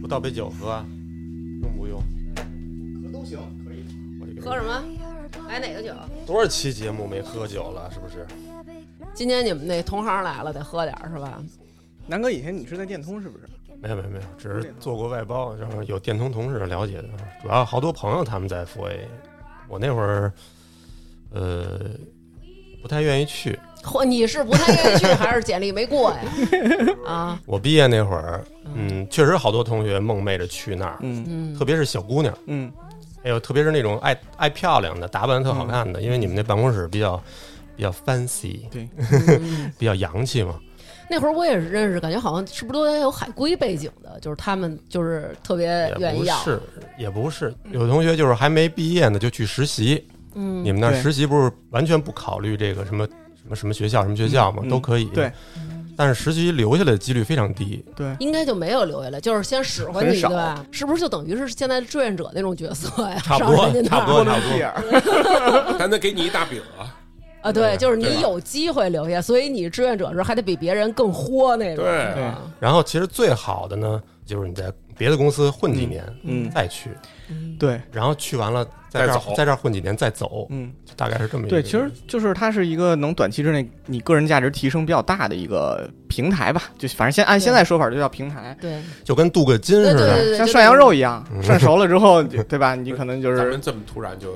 不倒杯酒喝，用不用？可都行，可以。我这个喝什么？来哪个酒？多少期节目没喝酒了？是不是？今天你们那同行来了，得喝点儿是吧？南哥，以前你是在电通是不是？没有没有没有，只是做过外包，然后有电通同事了解的，啊主要好多朋友他们在佛 A，我那会儿，呃，不太愿意去。嚯，你是不太愿意去，还是简历没过呀？啊，我毕业那会儿，嗯，确实好多同学梦寐着去那儿，嗯嗯特，别是小姑娘，嗯哎呦，特别是那种爱爱漂亮的，打扮得特好看的，因为你们那办公室比较比较 fancy，对， 比较洋气嘛。那会儿我也是认识，感觉好像是不是都得有海归背景的，就是他们就是特别也愿不意要。是，也不是，有同学就是还没毕业呢就去实习。嗯，你们那儿对实习不是完全不考虑这个什么什么什么学校什么学校吗？嗯都可以。对，但是实习留下来的几率非常低。对，应该就没有留下来，就是先使唤你很一少顿，是不是就等于是现在志愿者那种角色呀？ 差不多上人家那儿差不多差不多这样， 但他给你一大饼啊，啊，对，就是对你吧有机会留下，所以你志愿者的时候还得比别人更豁那种。对是嗯吧然后其实最好的呢，就是你在别的公司混几年，嗯，再去，嗯对，然后去完了在这再儿走在这儿混几年再走，嗯，就大概是这么一个。对，其实就是它是一个能短期之内你个人价值提升比较大的一个平台吧，就反正现按对现在说法就叫平台，对就跟镀个金对似对对的对，像就涮羊肉一样嗯，涮熟了之后，就对吧？你可能就咱是们这么突然就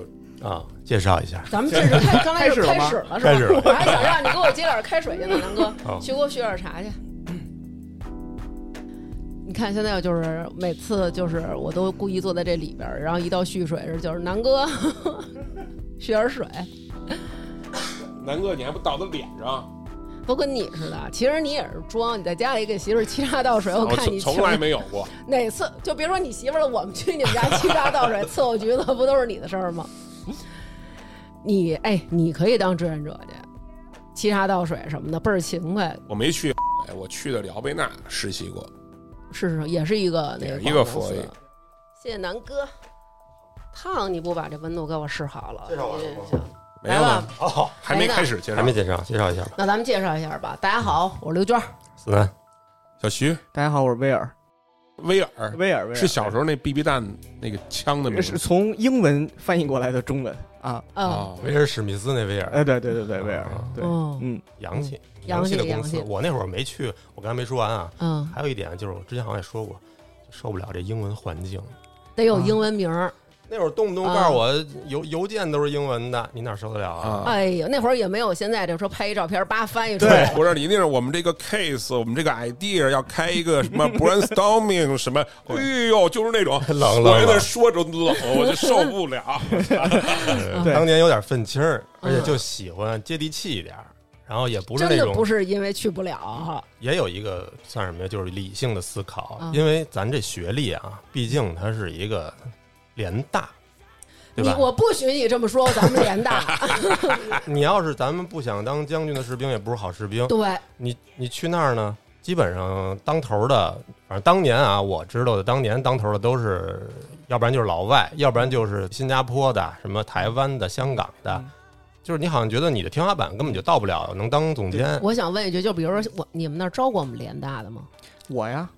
啊。介绍一下，咱们这是开刚才是开开始始了是吧？开始了我还想让你给我接点开水去呢，南哥，好去给我续点茶去。你看现在就是每次就是我都故意坐在这里边儿，然后一到蓄水时就是南哥 续点水，南哥，你还不倒到脸上？都跟你似的。其实你也是装，你在家里给媳妇儿沏茶倒水，我我看哦从你从就是来没有过，哪次就别说你媳妇儿了，我们去你们家沏茶 倒水、伺候橘子，不都是你的事儿吗？嗯你哎，你可以当志愿者去，沏茶倒水什么的，倍儿勤快，我没去，哎，我去的辽贝纳实习过，是是，也是一个那也个是一广个告公司佛爷谢谢南哥，烫你不把这温度给我试好了？介绍完了吗行没有来呢吧，哦，还没开始介还绍没，介绍，介绍一下吧。那咱们介绍一下吧。大家好，我是刘娟儿，思南，小徐大家好，我是威尔，威尔威尔，威尔是小时候那 BB 弹那个枪的名是字从英文翻译过来的中文啊，嗯，啊，威尔史密斯那威尔，哎，对对对对，威尔，对，嗯嗯，洋气，洋气气的公司洋。气我那会儿没去，我刚才没说完啊。嗯，还有一点就是，我之前好像也说过，受不了这英文环境。得有英文名儿。那会儿动不动啊告诉我邮邮件都是英文的，你哪受得了啊？啊。哎呦，那会儿也没有现在这说拍一照片儿叭翻译出对来。，我让你那是我们这个 case，我们这个 idea 要开一个什么 brainstorming 什么，哎呦，就是那种 冷我冷在那冷，说着冷，我就受不了。 对当年有点愤青儿，而且就喜欢接地气一点儿，然后也不是嗯真那的不种，是因为去不了哈，也有一个算什么呀，就是理性的思考嗯，因为咱这学历啊，毕竟它是一个联大，对你吧？我不许你这么说，咱们联 大你要是咱们不想当将军的士兵，也不是好士兵。对，你你去那儿呢，基本上当头的，反正当年啊，我知道的，当年当头的都是，要不然就是老外，要不然就是新加坡的，什么台湾的、香港的，嗯就是你好像觉得你的天花板根本就到不了能当总监。我想问一句，就比如说我你们那儿招过我们联大的吗？我呀，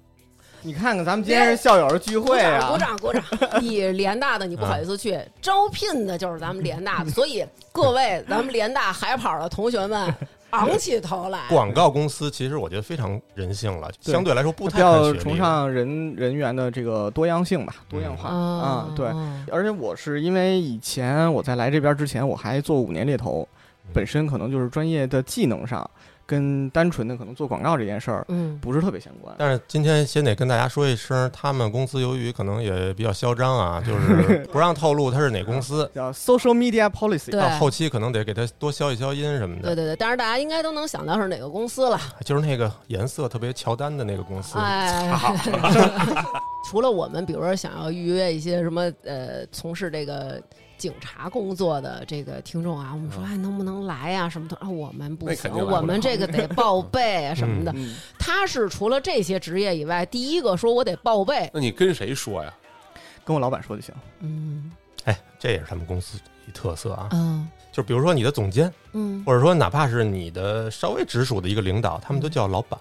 你看看咱们今天是校友聚会啊嗯鼓，掌鼓掌鼓掌！你联大的你不好意思去，招聘的就是咱们联 大的，所以各位咱们联大海跑的同学们，昂起头来！广告公司其实我觉得非常人性了，对相对来说不比太看学较历嗯崇尚人人员的这个多样性吧，多样化哦啊，对。而且我是因为以前我在来这边之前，我还做五年猎头嗯，本身可能就是专业的技能上跟单纯的可能做广告这件事儿嗯，不是特别相关。但是今天先得跟大家说一声，他们公司由于可能也比较嚣张啊，就是 不让透露他是哪公司，叫 social media policy，对到后期可能得给他多消一消音什么的对。对对，但是大家应该都能想到是哪个公司了。就是那个颜色特别乔丹的那个公司， 哎，除了我们，比如说想要预约一些什么呃，从事这个警察工作的这个听众啊，我们说哎，能不能来呀、什么的啊，我们不那行肯定，来不我们了这个得报备啊什么的。嗯，他是除了这些职业以外，第一个说我得报备，那你跟谁说呀？跟我老板说就行。嗯哎，这也是他们公司一特色啊。嗯就比如说你的总监，嗯，或者说哪怕是你的稍微直属的一个领导，他们都叫老板。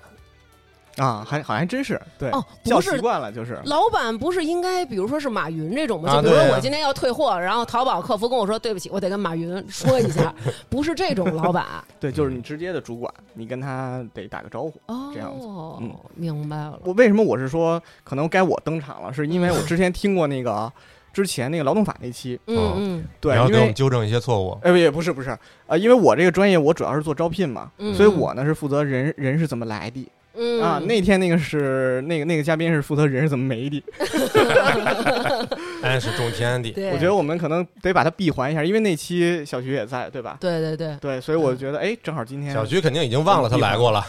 啊，还好像还真是对哦不叫是嗯习惯了就是老板不是应该，比如说是马云这种吗？啊就比如说对啊我今天要退货，然后淘宝客服跟我说对不起，我得跟马云说一下，不是这种老板啊对，就是你直接的主管，你跟他得打个招呼。哦，这样子嗯明白了。我为什么我是说可能该我登场了，是 因为我之前听过那个之前那个劳动法那期，嗯嗯对，然后因给我们为纠正一些错误。哎不也不是不是，呃，因为我这个专业我主要是做招聘嘛，嗯所以我呢是负责人人是怎么来的嗯啊。那天那个是那个那个嘉宾是负责人是怎么没的，哎，是种田地， 对，我觉得我们可能得把它闭环一下，因为那期小徐也在，对吧？对对对，对，所以我觉得哎，正好今天小徐肯定已经忘了他来过了。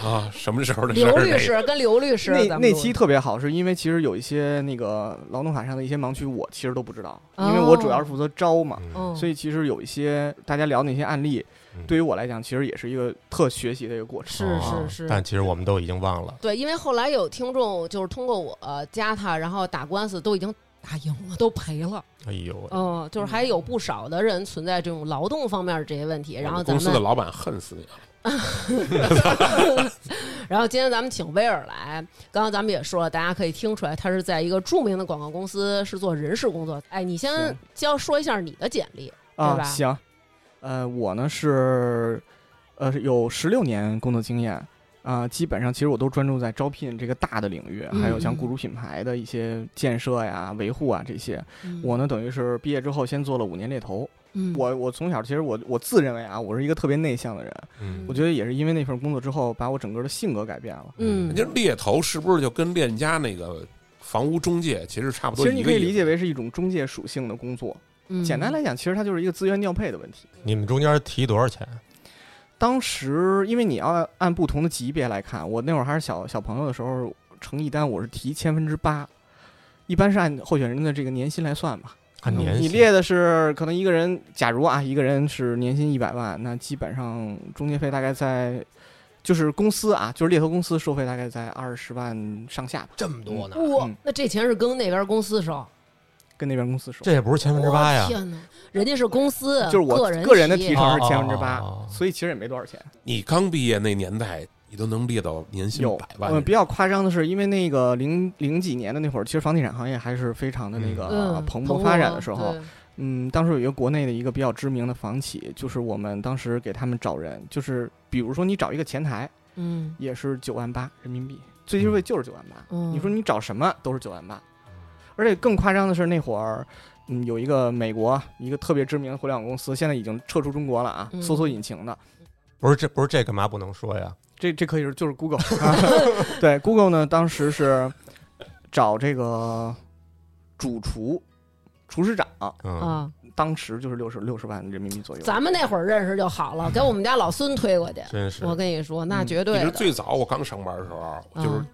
啊，什么时候的事刘儿？律师跟刘律师那咱们那录期特别好，是因为其实有一些那个劳动法上的一些盲区，我其实都不知道，因为我主要是负责招嘛，嗯，所以其实有一些大家聊那些案例，嗯对于我来讲，其实也是一个特学习的一个过程。是哦是是，但其实我们都已经忘了。对，因为后来有听众就是通过我呃加他，然后打官司都已经打赢了，都赔了。哎呦，嗯，就是还有不少的人存在这种劳动方面的这些问题。然后我们咱公司的们，老板恨死你了。然后今天咱们请威尔来，刚刚咱们也说了，大家可以听出来，他是在一个著名的广告公司是做人事工作。哎，你先行教说一下你的简历。对啊，吧行，呃，我呢是呃有十六年工作经验啊、基本上其实我都专注在招聘这个大的领域，还有像嗯雇主品牌的一些建设呀、维护啊这些。我呢等于是毕业之后先做了五年猎头，嗯，我我从小其实我我自认为啊，我是一个特别内向的人，嗯我觉得也是因为那份工作之后，把我整个的性格改变了。嗯人，家猎头是不是就跟链家那个房屋中介其实差不其多实一你个可以意理思？解为是一种中介属性的工作。嗯简单来讲，其实它就是一个资源调配的问题。你们中间提多少钱？当时因为你要按不同的级别来看，我那会儿还是小小朋友的时候，乘一单我是提千分之八，一般是按候选人的这个年薪来算吧。按年薪你列的是可能一个人，假如啊一个人是年薪一百万，那基本上中介费大概在，就是公司啊，就是猎头公司收费大概在二十万上下吧，这么多呢哇嗯，那这钱是跟那边公司收？跟那边公司收。这也不是千分之八呀我。天哪，人家是公司，就是我个人个人的提提成是千分之哦八哦哦哦，所以其实也没多少钱。你刚毕业那年代，你都能列到年薪有百，万嗯，比较夸张的是，因为那个零零几年的那会儿，其实房地产行业还是非常的那个、呃嗯蓬勃发展的时候，对嗯，当时有一个国内的一个比较知名的房企，就是我们当时给他们找人，就是比如说你找一个前台，嗯也是九万八人民币，最低位就是九万八、嗯你说你找什么都是九万八，而且更夸张的是那会儿。嗯，有一个美国一个特别知名的互联网公司，现在已经撤出中国了啊，嗯搜索引擎的，不是这不是这干嘛不能说呀？这这可以是就是 Google，、啊、 对 Google 呢，当时是找这个主厨、厨师长，嗯，啊，当时就是六十六十万人民币左右。咱们那会儿认识就好了，给我们家老孙推过去。真是我跟你说，那嗯绝你对知道的。最早我刚上班的时候，啊我就是、嗯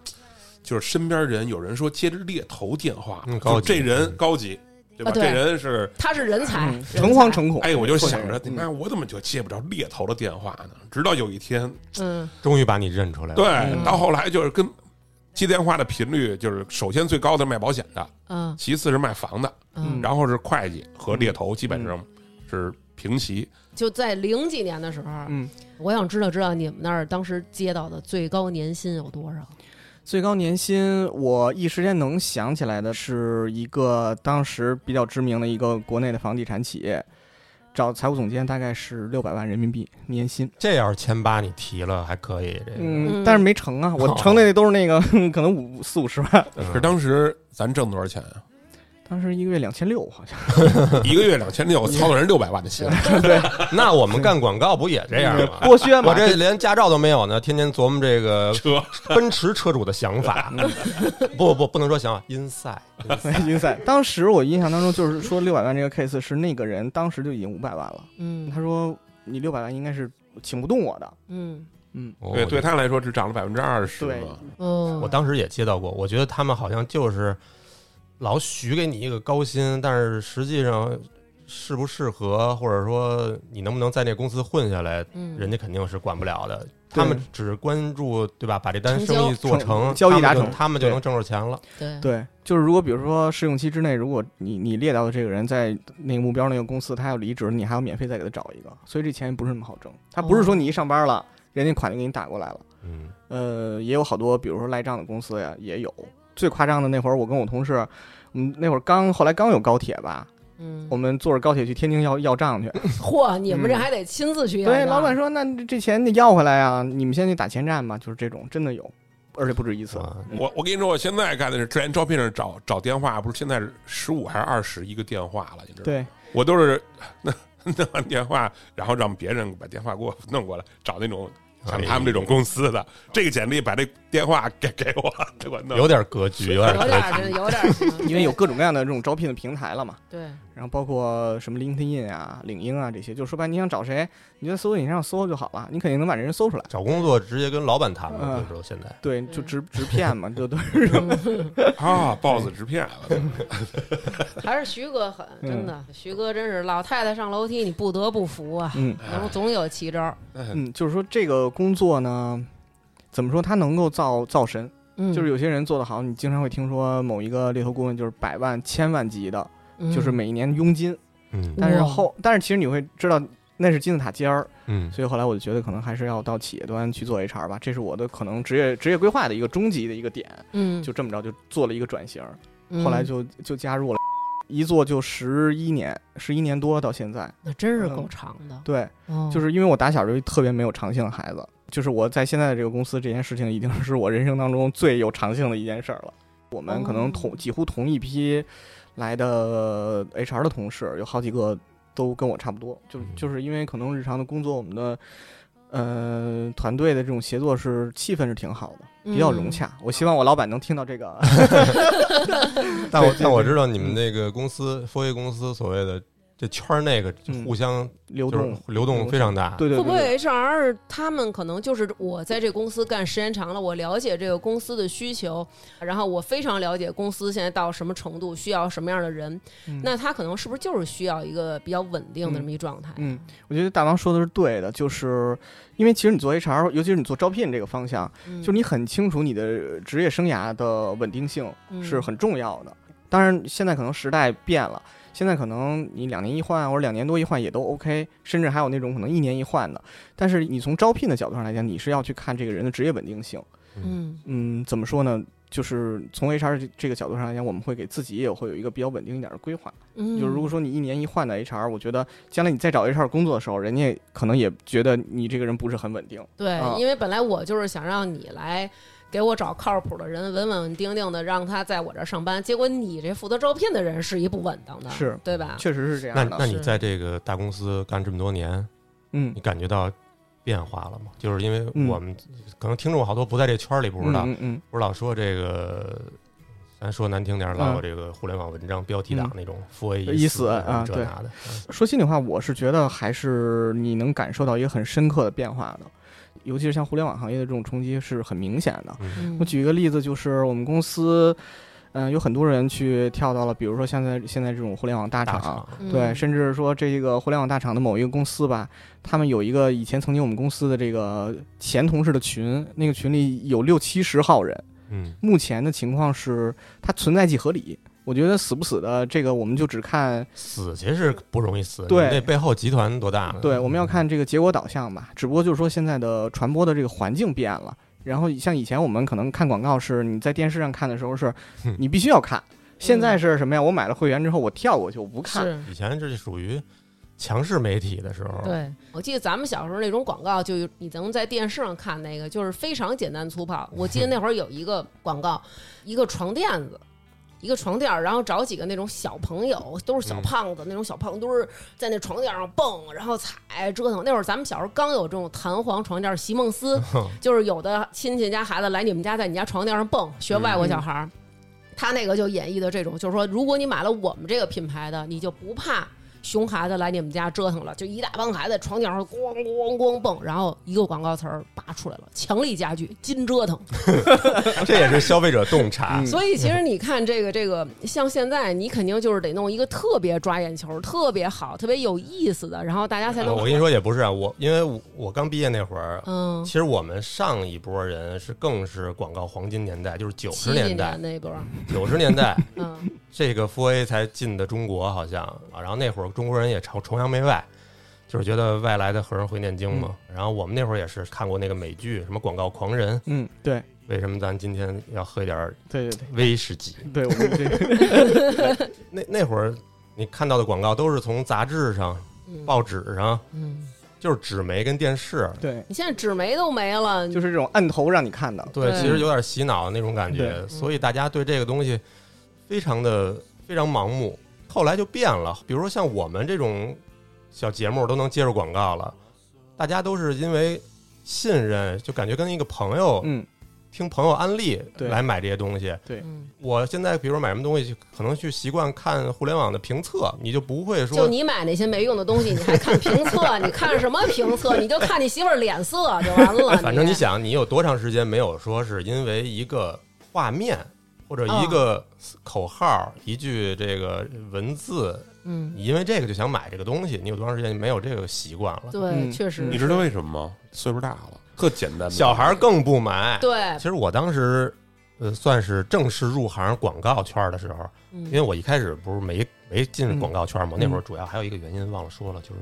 就是身边人有人说接着猎头电话，嗯就高级这人嗯高级，对吧？啊对这人是。他是哎人才嗯，诚惶诚恐。哎，我就想着，嗯那我怎么就接不着猎头的电话呢？直到有一天，恐。嗯，终于把你认出来了。对，嗯到后来就是跟接电话的频率，就是首先最高的卖保险的，嗯其次是卖房的，嗯，然后是会计和猎头，基本上是平齐。就在零几年的时候，嗯，我想知道知道你们那儿当时接到的最高年薪有多少？最高年薪，我一时间能想起来的是一个当时比较知名的一个国内的房地产企业，找财务总监大概是六百万人民币年薪。这要是千八你提了还可以，这个嗯嗯，但是没成啊， 我成的那都是那个可能五四五十万，呃可是当时咱挣多少钱 啊？当时一个月两千六好像。一个月两千六，操到人六百万的薪， 那我们干广告不也这样吗？ 剥削嘛，我 这连驾照都没有呢，天天琢磨这个车奔驰车主的想 法。嗯 不不，不能说想法，inside。金赛。当时我印象当中就是说六百万这个 case 是那个人当时就已经五百万了，嗯他说你六百万应该是请不动我的，嗯嗯， 对对，他来说只涨了百分之二十对嘛。嗯，我当时也接到过，我觉得他们好像就是老许给你一个高薪，但是实际上适不适合，或者说你能不能在那公司混下来，嗯人家肯定是管不了的。他们只关注对吧，把这单成生意交做成成，交易他们达就成他们就对能挣着钱了。嗯对对，就是如果比如说试用期之内，如果你你列到的这个人在那个目标那个公司他要离职，你还要免费再给他找一个，所以这钱不是那么好挣，他不是说你一上班了，人家款就给你打过来了，嗯，呃，也有好多，比如说赖账的公司呀，也有。最夸张的那会儿，我跟我同事，嗯，那会儿刚后来刚有高铁吧，嗯我，们坐着高铁去天津要要账去。嚯，你们这还得亲自去要对，账老板说：“那这钱得要回来啊，你们先去打前站吧。”就是这种，真的有，而且不止一次。嗯啊，我我跟你说，我现在干的是之前招聘上找找电话，不是现在十五还是二十一个电话了，你知道吗？对，我都是弄弄完电话，然后让别人把电话给我弄过来，找那种像他们这种公司的，这个简历把这电话给给我， 给我弄。有点格局，有点有格点局。儿 真的有点儿行，因为有各种各样的这种招聘的平台了嘛，对 对然后包括什么 LinkedIn 啊、领英啊这些，就说白，你想找谁，你就在搜索引擎上搜就好了，你肯定能把这人搜出来。找工作直接跟老板谈了，嗯就是现在对，就嗯直直骗嘛，就对。啊，boss 直骗了，还是徐哥狠，真的，徐哥真是老太太上楼梯，你不得不服啊，嗯然后总有奇招。嗯，就是说这个工作呢，怎么说它能够造造神，嗯，就是有些人做得好，你经常会听说某一个猎头顾问就是百万、千万级的，就是每一年佣金，嗯嗯但是嗯哇后，但是其实你会知道那是金字塔尖儿，嗯所以后来我就觉得可能还是要到企业端去做 HR 吧，这是我的可能职业职业规划的一个终极的一个点，嗯，就这么着就做了一个转型，嗯后来就就加入了，一做就十一年，十一年多到现在，那真是够长的，对，哦嗯就是因为我打小就特别没有长性的孩子，就是我在现在的这个公司，这件事情已经是我人生当中最有长性的一件事儿了。我们可能同哦几乎同一批来的 HR 的同事，有好几个都跟我差不多，就嗯就是因为可能日常的工作，我们的呃团队的这种协作是气氛是挺好的，比较嗯融。洽。我希望我老板能听到这 个，啊但我对对但我对知道你们那个公司，佛爷公司所谓的这圈儿内个嗯互相流就动是，流动非常大，对对会对不对会 HR 他们可能就是我在这公司干时间长了，我了解这个公司的需求，然后我非常了解公司现在到什么程度，需要什么样的人。嗯那他可能是不是就是需要一个比较稳定的这么一状态？嗯，我觉得大王说的是对的，就是因为其实你做 HR，尤其是你做招聘这个方向，嗯就是你很清楚你的职业生涯的稳定性嗯是很重要的。当然，现在可能时代变了，现在可能你两年一换或者两年多一换也都 OK，甚至还有那种可能一年一换的。但是你从招聘的角度上来讲，你是要去看这个人的职业稳定性。嗯嗯，怎么说呢？就是从 HR 这这个角度上来讲，我们会给自己也会有一个比较稳定一点的规划。嗯，就是如果说你一年一换的 HR，我觉得将来你再找 HR 工作的时候，人家也可能也觉得你这个人不是很稳定。对啊，因为本来我就是想让你来给我找靠谱的人，稳稳定定的让他在我这儿上班。结果你这负责招聘的人是一不稳当的，是对吧？确实是这啊那样那的。你是在这个大公司干这么多年，嗯你，感觉到变化了吗？就是因为嗯我们、可能听众好多不在这圈儿里，不知道，嗯嗯不是老说这个，咱说难听点儿，老嗯有这个互联网文章标题党那种“父为已死啊这对那的，嗯。说心里话，我是觉得还是你能感受到一个很深刻的变化的，尤其是像互联网行业的这种冲击是很明显的。嗯嗯我举一个例子，就是我们公司，嗯、有很多人去跳到了，比如说现在现在这种互联网大大厂，厂，啊对，嗯甚至说这个互联网大厂的某一个公司吧，他们有一个以前曾经我们公司的这个前同事的群，那个群里有六七十号人。嗯目前的情况是，它存在即合理。我觉得死不死的这个，我们就只看死其实不容易死，对你那背后集团多大呢？对，我们要看这个结果导向吧。只不过就是说，现在的传播的这个环境变了。然后像以前我们可能看广告是你在电视上看的时候是，你必须要看。现在是什么呀？我买了会员之后，我跳过去，我不嗯看。是。嗯以前这是属于强势媒体的时候，对，我记得咱们小时候那种广告，就有你能在电视上看那个，就是非常简单粗暴。我记得那会儿有一个广告，一个床垫子。一个床垫儿，然后找几个那种小朋友，都是小嗯胖子，那种小胖墩儿，在那床垫上蹦，然后踩折腾。那会儿咱们小时候刚有这种弹簧床垫儿，席梦思，就是有的亲戚家孩子来你们家，在你家床垫上蹦，学外国小孩儿，他那个就演绎的这种，就是说，如果你买了我们这个品牌的，你就不怕熊孩子来你们家折腾了，就一大帮孩子床垫上咣咣咣蹦，然后一个广告词儿拔出来了，强力家居金折 腾。这也是消费者洞察嗯。所以其实你看这个这个，像现在你肯定就是得弄一个特别抓眼球、特别好、特别有意思的，然后大家才能我跟你说也不是啊，我因为我我刚毕业那会儿，嗯其。实我们上一波人是更是广告黄金年代，就是九十七几年年代，那波儿，九十年代 嗯，这个 4A 才进的中国好像啊，然后那会儿中国人也崇崇洋媚外，就是觉得外来的和尚会念经嘛。嗯然后我们那会儿也是看过那个美剧，什么《广告狂人》，嗯，对为什么咱今天要喝一点儿对对威士忌？对，对我们这那那会儿你看到的广告都是从杂志上、嗯报纸上，嗯，就是纸媒跟电视。对你现在纸媒都没了，就是这种摁头让你看到，对，对其实有点洗脑的那种感觉，对所以大家对这个东西非常的非常盲目。后来就变了，比如说像我们这种小节目都能接受广告了，大家都是因为信任，就感觉跟一个朋友、嗯，听朋友安利对来买这些东西。嗯，我现在比如买什么东西，可能去习惯看互联网的评测，你就不会就说你买那些没用的东西，你还看评测？你看什么评测？你就看你媳妇儿脸色就完 了。反正你，想，你有多长时间没有说是因为一个画面或者嗯一个口号、一句这个文字，嗯，你因为这个就想买这个东西，你有多长时间没有这个习惯了？对，嗯确实你是，知道为什么吗？岁数大了，特简单的。小孩儿更不买。，对其，实我当时呃算是正式入行广告圈儿的时候，因为嗯我一开始不是没没进嗯广告圈儿嘛，那会儿主要还有一个原因忘了说了，就是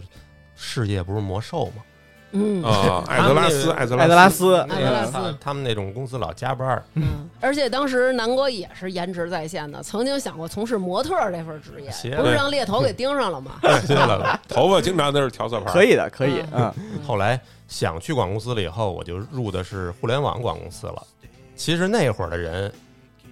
事业不是魔兽嘛，嗯啊，艾泽拉斯，他艾泽艾德拉拉斯，斯，艾德拉斯他他们那种公司老加班 儿，嗯，而且当时南哥也是颜值在线的，曾经想过从事模特儿这份职业邪，不是了让猎头给盯上了吗？对了。头发经常都是调色盘，可以的，可以，嗯嗯，后来想去广告公司了以后，我就入的是互联网广告公司了。其实那会儿的人，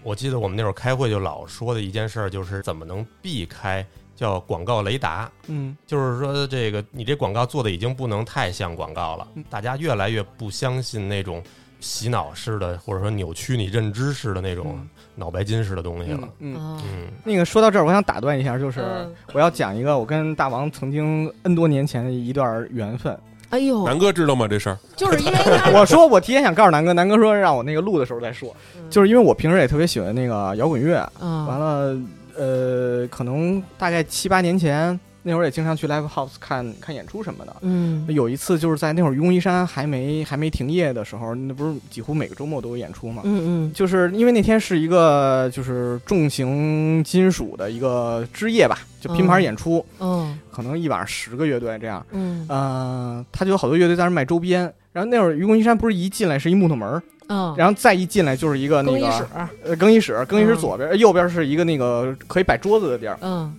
我记得我们那会儿开会就老说的一件事儿，就是怎么能避开叫广告雷达，嗯，就是说这个你这广告做的已经不能太像广告了，嗯大家越来越不相信那种洗脑式的，或者说扭曲你认知式的那种嗯脑白金式的东西了。嗯，哦嗯，那个说到这儿，我想打断一下，就是嗯我要讲一个我跟大王曾经 N 多年前的一段缘分。哎呦，南哥知道吗？这事儿就是因为他 我说我提前想告诉南哥，南哥说让我那个录的时候再说，嗯 就是因为我平时也特别喜欢那个摇滚乐，完啊，了，呃，可能大概七八年前那会儿也经常去 live house 看看演出什么的。嗯有一次就是在那会儿庸医山还没还没停业的时候，那不是几乎每个周末都有演出嘛。嗯嗯就是因为那天是一个就是重型金属的一个之夜吧，就拼盘演出，哦可能一晚上十个乐队这样。嗯呃，他就有好多乐队在那儿卖周边。然后那会儿愚公移山不是一进来是一木头门儿，啊，然后再一进来就是一个那更衣个室，呃更衣室，更衣室嗯左边、呃右边是一个那个可以摆桌子的地儿。嗯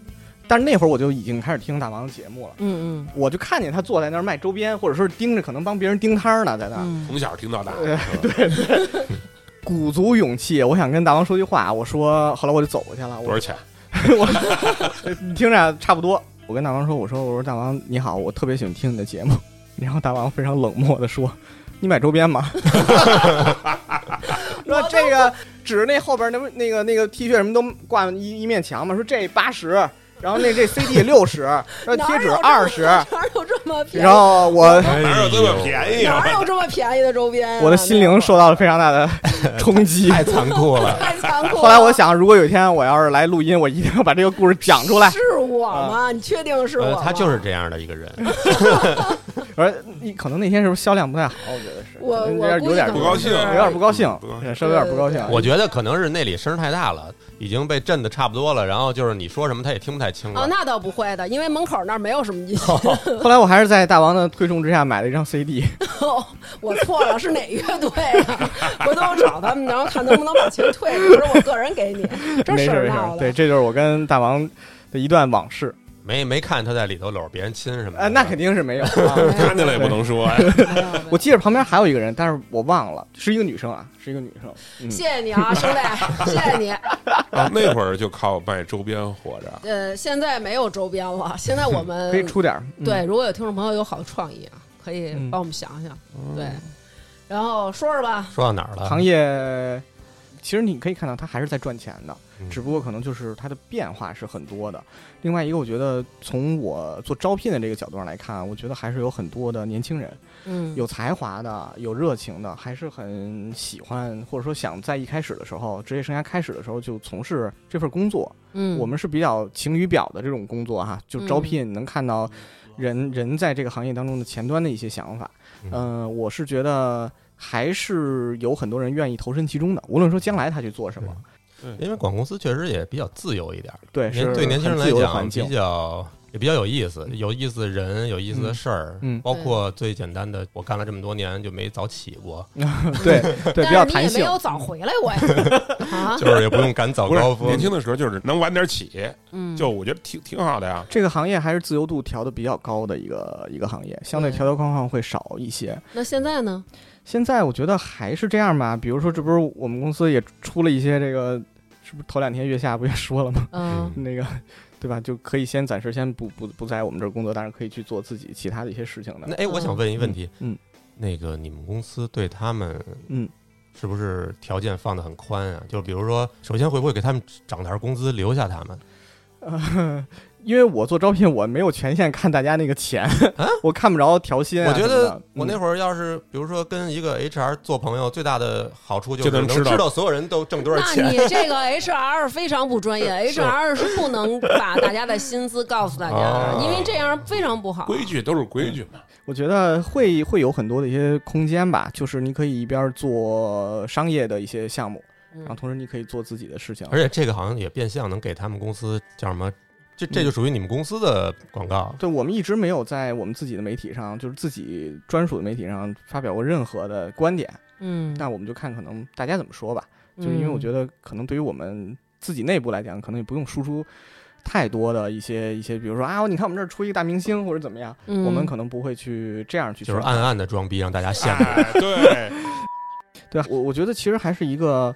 但是那会儿我就已经开始听大王的节目了，嗯嗯我就看见他坐在那儿卖周边，或者说是盯着可能帮别人盯摊儿呢，在那儿。嗯，从小听到大，呃 是吧鼓足勇气，我想跟大王说句话。我说，后来我就走过去了。多我少钱？你听着差不多。我跟大王说，我说我说大王你好，我特别喜欢听你的节目。 然后大王非常冷漠的说：“你买周边吗？” 说这个指那后边那不那个那个 T 恤什么都挂一一面墙嘛，说这八十，然后那这 CD 六十，然后哪贴有纸这么二十，哪有这么便宜？然后我哎哪有这么便宜啊？哪有这么便宜的周边啊？我的心灵受到了非常大的冲击。太残酷了。太残酷了。后来我想，如果有一天我要是来录音，我一定要把这个故事讲出来。啊是我吗？你确定 是我呃，吗？他就是这样的一个人，而你可能那天是不是销量不太好？我觉得是，我可能有我点估有计点可能不高兴有点不高兴不高，稍微有点不高兴。我觉得可能是那里声儿太大了，已经被震的差不多了，然后就是你说什么他也听不太清了。啊，那倒不会的，因为门口那儿没有什么音响。后来我还是在大王的推崇之下买了一张 CD，哦， 我错了，是哪乐队啊？ 回头我找他们，然后看能不能把钱退了，不是我个人给你，这没事事儿没事闹。的。对，这就是我跟大王的一段往事。没没看他在里头搂着别人亲什么的。呃，那肯定是没有。啊哎呀看见了也不能说呀。哎呀我记得旁边还有一个人，但是我忘了，是一个女生啊，是一个女生。嗯谢谢你啊，兄 弟，谢谢你。啊，那会儿就靠卖周边活着。呃，现在没有周边了，现在我们可以出点儿。嗯对，，如果有听众朋友有好的创意啊，可以嗯帮我们想想。对，然后说说吧，说到哪儿了？行业其实你可以看到它还是在赚钱的，嗯只不过可能就是它的变化是很多的。另外一个，我觉得从我做招聘的这个角度上来看，我觉得还是有很多的年轻人，嗯，有才华的，有热情的，还是很喜欢或者说想在一开始的时候，职业生涯开始的时候就从事这份工作。嗯，我们是比较晴雨表的这种工作哈，就招聘能看到人、人在这个行业当中的前端的一些想法。嗯、我是觉得还是有很多人愿意投身其中的，无论说将来他去做什么，因为广告公司确实也比较自由一点儿，对，年是对年轻人很自来由的讲环比境。较也比较有意思，有意思的人，有意思的事儿，嗯嗯包括最简单的，我干了这么多年就没早起过， 对 对，比但较是你弹也没性。有早回来我呀， 啊，就是也不用赶早不是高峰年。轻的时候就是能晚点起，嗯，就我觉得挺挺好的呀。这个行业还是自由度调的比较高的一个一个行业，相对对条条框框会少一些。那现在 呢？现在我觉得还是这样吧，比如说，这不是我们公司也出了一些这个，是不是头两天月下不也说了吗？嗯那个，对吧？就可以先暂时先不不不在我们这儿工作，但是可以去做自己其他的一些事情的。那哎，我想问一问题，嗯嗯那个你们公司对他们，嗯，是不是条件放的很宽啊？就比如说，首先会不会给他们涨点工资，留下他们？呃，因为我做招聘，我没有权限看大家那个钱， 我看不着调薪啊啊我什么觉的、得我那嗯会儿要是，比如说跟一个 HR 做朋友，最大的好处就是就能知知道道所有人都挣多少那钱。你这个 HR 非常不专业，HR 是不能把大家的薪资告诉大家啊的，因为这样非常不好。规矩都是规矩嘛，我觉得会会有很多的一些空间吧，就是你可以一边儿做商业的一些项目，嗯然后同时你可以做自己的事情。而且这个好像也变相能给他们公司叫什么？这这嗯就属于你们公司的广告。对我们一直没有在我们自己的媒体上，就是自己专属的媒体上发表过任何的观点，嗯，那我们就看可能大家怎么说吧。嗯就是因为我觉得，得可能对于我们自己内部来讲，可能也不用输出太多的一些一些，比如说啊，你看我们这儿出一个大明星或者怎么样，嗯我们可能不会去这样去就是宣传暗暗的装逼，让大家羡慕，哎，对， 对啊我我觉得其实还是一个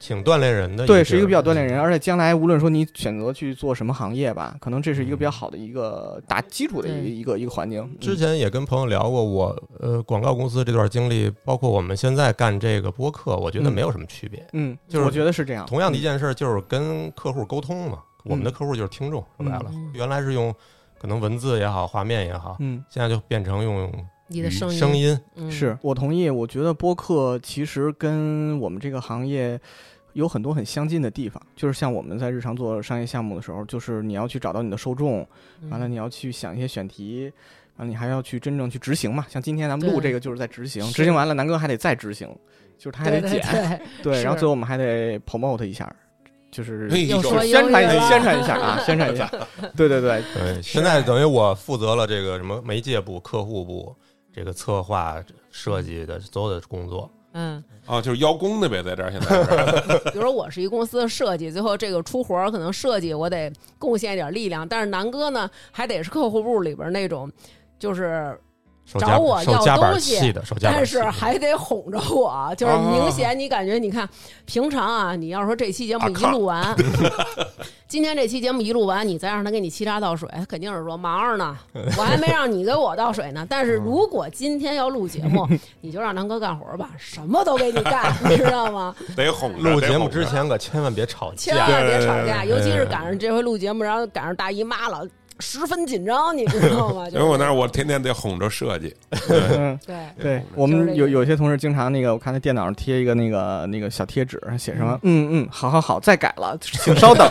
挺锻炼人的。对，是一个比较锻炼人，而且将来无论说你选择去做什么行业吧，可能这是一个比较好的一个打基础的一个对一个一个环境。嗯嗯之前也跟朋友聊过我，呃广告公司这段经历，包括我们现在干这个播客，我觉得嗯没有什么区别。嗯，就是我觉得是这样。同样的一件事儿，就是跟客户沟通嘛。嗯我们的客户就是听众，说白了嗯，原来是用可能文字也好，画面也好，嗯，现在就变成用你的声声音，音。嗯是我同意。我觉得播客其实跟我们这个行业有很多很相近的地方，就是像我们在日常做商业项目的时候，就是你要去找到你的受众，嗯完了，你要去想一些选题，完了你还要去真正去执行嘛。像今天咱们录对这个就是在执行，是执行完了南哥还得再执行，就是他还对得对剪，对，对然后是最后我们还得 promote 一下，就是哎又就说是宣传一又下，有宣传一下啊，宣传一下。 对对对，对，现啊在等于我负责了这个什么媒介部、客户部、这个策划、设计的所有的工作。嗯，啊，就是邀功的呗，在这儿 现在是比如说我是一公司的设计，最后这个出活儿可能设计我得贡献一点力量，但是南哥呢还得是客户部里边那种，就是手夹找我手要夹板东西气的，手夹板但气是 的。还得哄着我，啊就是哦明显你感觉，你看平常啊，你要说这期节目一录 完，今天这期节目一录完，你再让他给你沏茶倒水，肯定是说忙着呢，我还没让你给我倒水呢。但是嗯如果今天要录节目，你就让南哥干活吧，什么都给你干，你知道吗？得哄着。录得节目哄着之，前可千万别吵千架，万别吵对对架，对尤其是赶上这回录节目，然后赶上大姨妈了，十分紧张，你知道 吗？因就为是我那儿我天天得哄着设计，嗯。对，对就是我们这有个有些同事经常那个，我看他电脑上贴一个那个那个小贴纸，写什么嗯嗯，好好好，再改了，请稍等。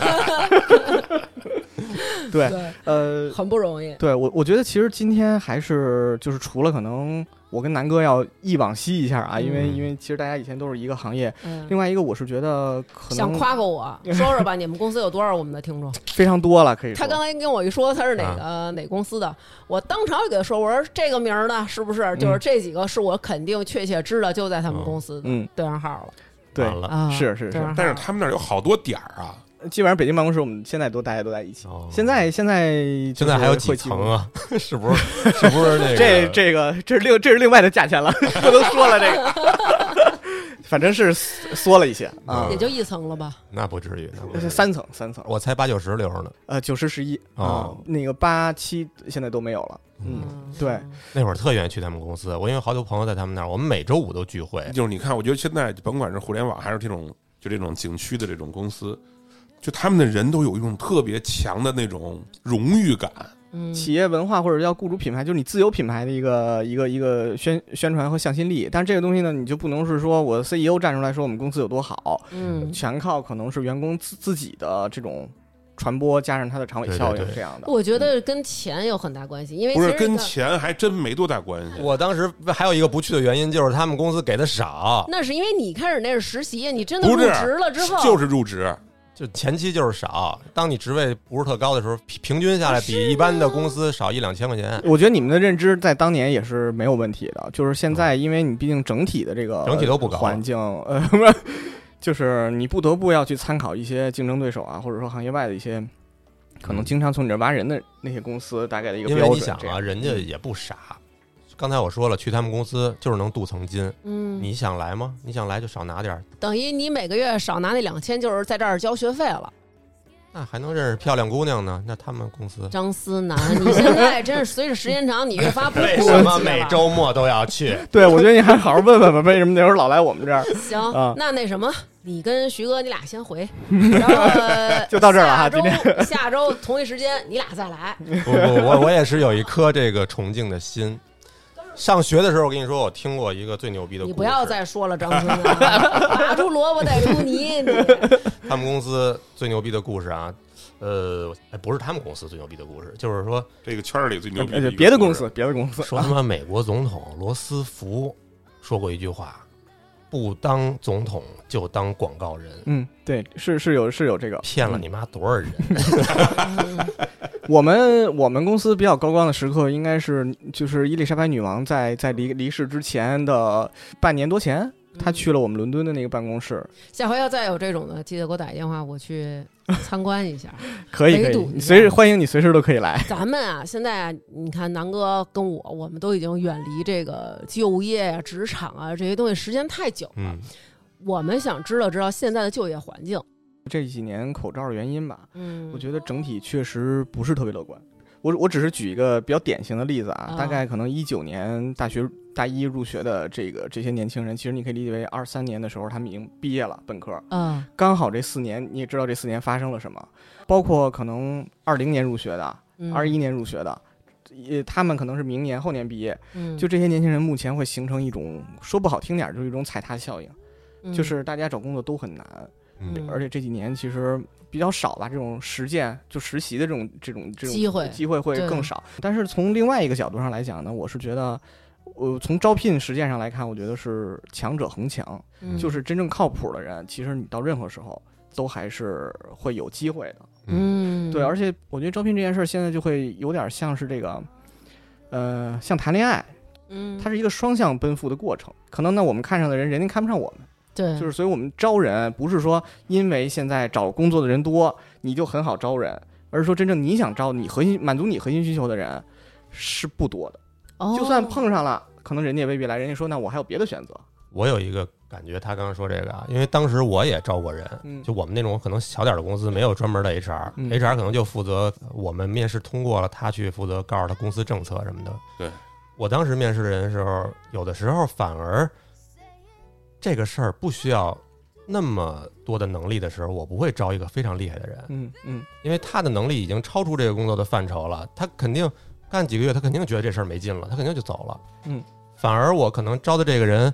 对， 对，呃，很不容易。对我我觉得其实今天还是就是除了可能我跟南哥要忆往昔一下啊，因为嗯因为其实大家以前都是一个行业，嗯另。外一个我是觉得可想能夸夸我，说说吧，你们公司有多少我们的听众？非常多了，可以他说。刚才跟我一说他是哪个、哪公司的，我当场就给他说，我说这个名儿呢，是不是就是这几个是我肯定确切知道就在他们公司的嗯，对上号了对，完了。啊？是是对嗯上是，号但是他们那儿有好多点儿啊，基本上北京办公室我们现在都大家都在一起。哦现在现在现在还有就是几会记录层啊？ 是不是？是不是那个？这这个这是另这是另外的价钱了， 不能说了这个， 反正是缩缩了一些啊也，就一层了吧？ 那不至于，那不至于。三层三层，我才八九十流呢，呃九十十一啊嗯哦，那个八七现在都没有了，嗯，嗯，对那会儿特愿意去他们公司。我因为好多朋友在他们那儿，我们每周五都聚嗯会。就是你看，我觉得现在甭管是互联网还是这种就这种景区的这种公司，就他们的人都有一种特别强的那种荣誉感。嗯，企业文化或者叫雇主品牌，就是你自有品牌的一个一个一个宣宣传和向心力，但这个东西呢，你就不能是说我 CEO 站出来说我们公司有多好，嗯。全靠可能是员工自自己的这种传播加上它的长尾对对效应对这样的，我觉得跟钱有很大关系，因为不其是实跟一个钱还真没多大关 系。我当时还有一个不去的原因就是他们公司给的少，那是因为你开始那是实习，你真的入不是职了之后，就是入职，就前期就是少，当你职位不是特高的时候，平平均下来比一般的公司少一两千块钱， 我觉得你们的认知在当年也是没有问题的，就是现在，因为你毕竟整体的这个嗯整体都不高环境， 呃，不是，就是你不得不要去参考一些竞争对手啊，或者说行业外的一些可能经常从你这挖人的那些公司大概的一个因标为准。你想这啊，样 嗯人家也不傻。刚才我说了，去他们公司就是能镀层金。嗯，你想来吗？你想来就少拿点儿，等于你每个月少拿那两千，就是在这儿交学费了。那还能认识漂亮姑娘呢。那他们公司张思南，你现在真是随着时间长，你越发 不为顾什么及每了周末都要去？对我觉得你还好好问问吧，为什么那时候老来我 们这儿？行，啊那那什么，你跟徐哥你俩先回，然后呃 就到这儿了哈下周 今下周同一时间你俩再来，不不，我我也是有一颗这个崇敬的心。上学的时候，我跟你说，我听过一个最牛逼的故你事。不要再说了，张 思南，拔出萝卜带出泥，你他们公司最牛逼的故事啊，呃，哎不是他们公司最牛逼的故事，就是说这个圈儿里最牛逼而一且个呃别的故公事司，别的公司，说他妈美国总统罗斯福说过一句话：不当总统就当广告人。嗯，对，是是有是有这个骗了你妈多少人？ 我们我们公司比较高光的时刻，应该是就是伊丽莎白女王在在离离世之前的半年多前，嗯她去了我们伦敦的那个办公室。下回要再有这种的，记得给我打一电话，我去参观 一下。可以围可以，堵你一下随时欢迎你随时都可以来。咱们啊，现在你看南哥跟我，我们都已经远离这个就业呀、职场啊这些东西时间太久了，嗯，我们想知道知道现在的就业环境。这几年口罩的原因吧，嗯，我觉得整体确实不是特别乐观。我我只是举一个比较典型的例子啊，啊大概可能一九年大学大一入学的这个这些年轻人，其实你可以理解为二三年的时候他们已经毕业了本科，嗯，刚好这四年，你也知道这四年发生了什么，包括可能二零年入学的、嗯二一、年入学的，也他们可能是明年后年毕业。嗯就这些年轻人目前会形成一种说不好听点儿，就是一种踩踏效应，嗯就是大家找工作都很难，嗯而且这几年其实。比较少吧，这种实践就实习的这种这种这种机会机会会对更少。但是从另外一个角度上来讲呢，我是觉得，呃，从招聘实践上来看，我觉得是强者恒强。嗯就是真正靠谱的人，其实你到任何时候都还是会有机会的。嗯，对，而且我觉得招聘这件事儿现在就会有点像是这个，呃，像谈恋爱，嗯，它是一个双向奔赴的过程。可能呢，我们看上的人，人家看不上我们，对，就是所以我们招人不是说因为现在找工作的人多，你就很好招人，而是说真正你想招你核心满足你核心需求的人是不多的。哦就算碰上了，可能人家也未必来，人家说那我还有别的选择。我有一个感觉，他刚刚说这个啊，因为当时我也招过人，嗯就我们那种可能小点儿的公司没有专门的 HR，HR、嗯 HR 可能就负责我们面试通过了，他去负责告诉他公司政策什么的。对，我当时面试人的时候，有的时候反而这个事儿不需要那么多的能力的时候，我不会招一个非常厉害的人，嗯嗯，因为他的能力已经超出这个工作的范畴了，他肯定干几个月，他肯定觉得这事儿没劲了，他肯定就走了。嗯，反而我可能招的这个人，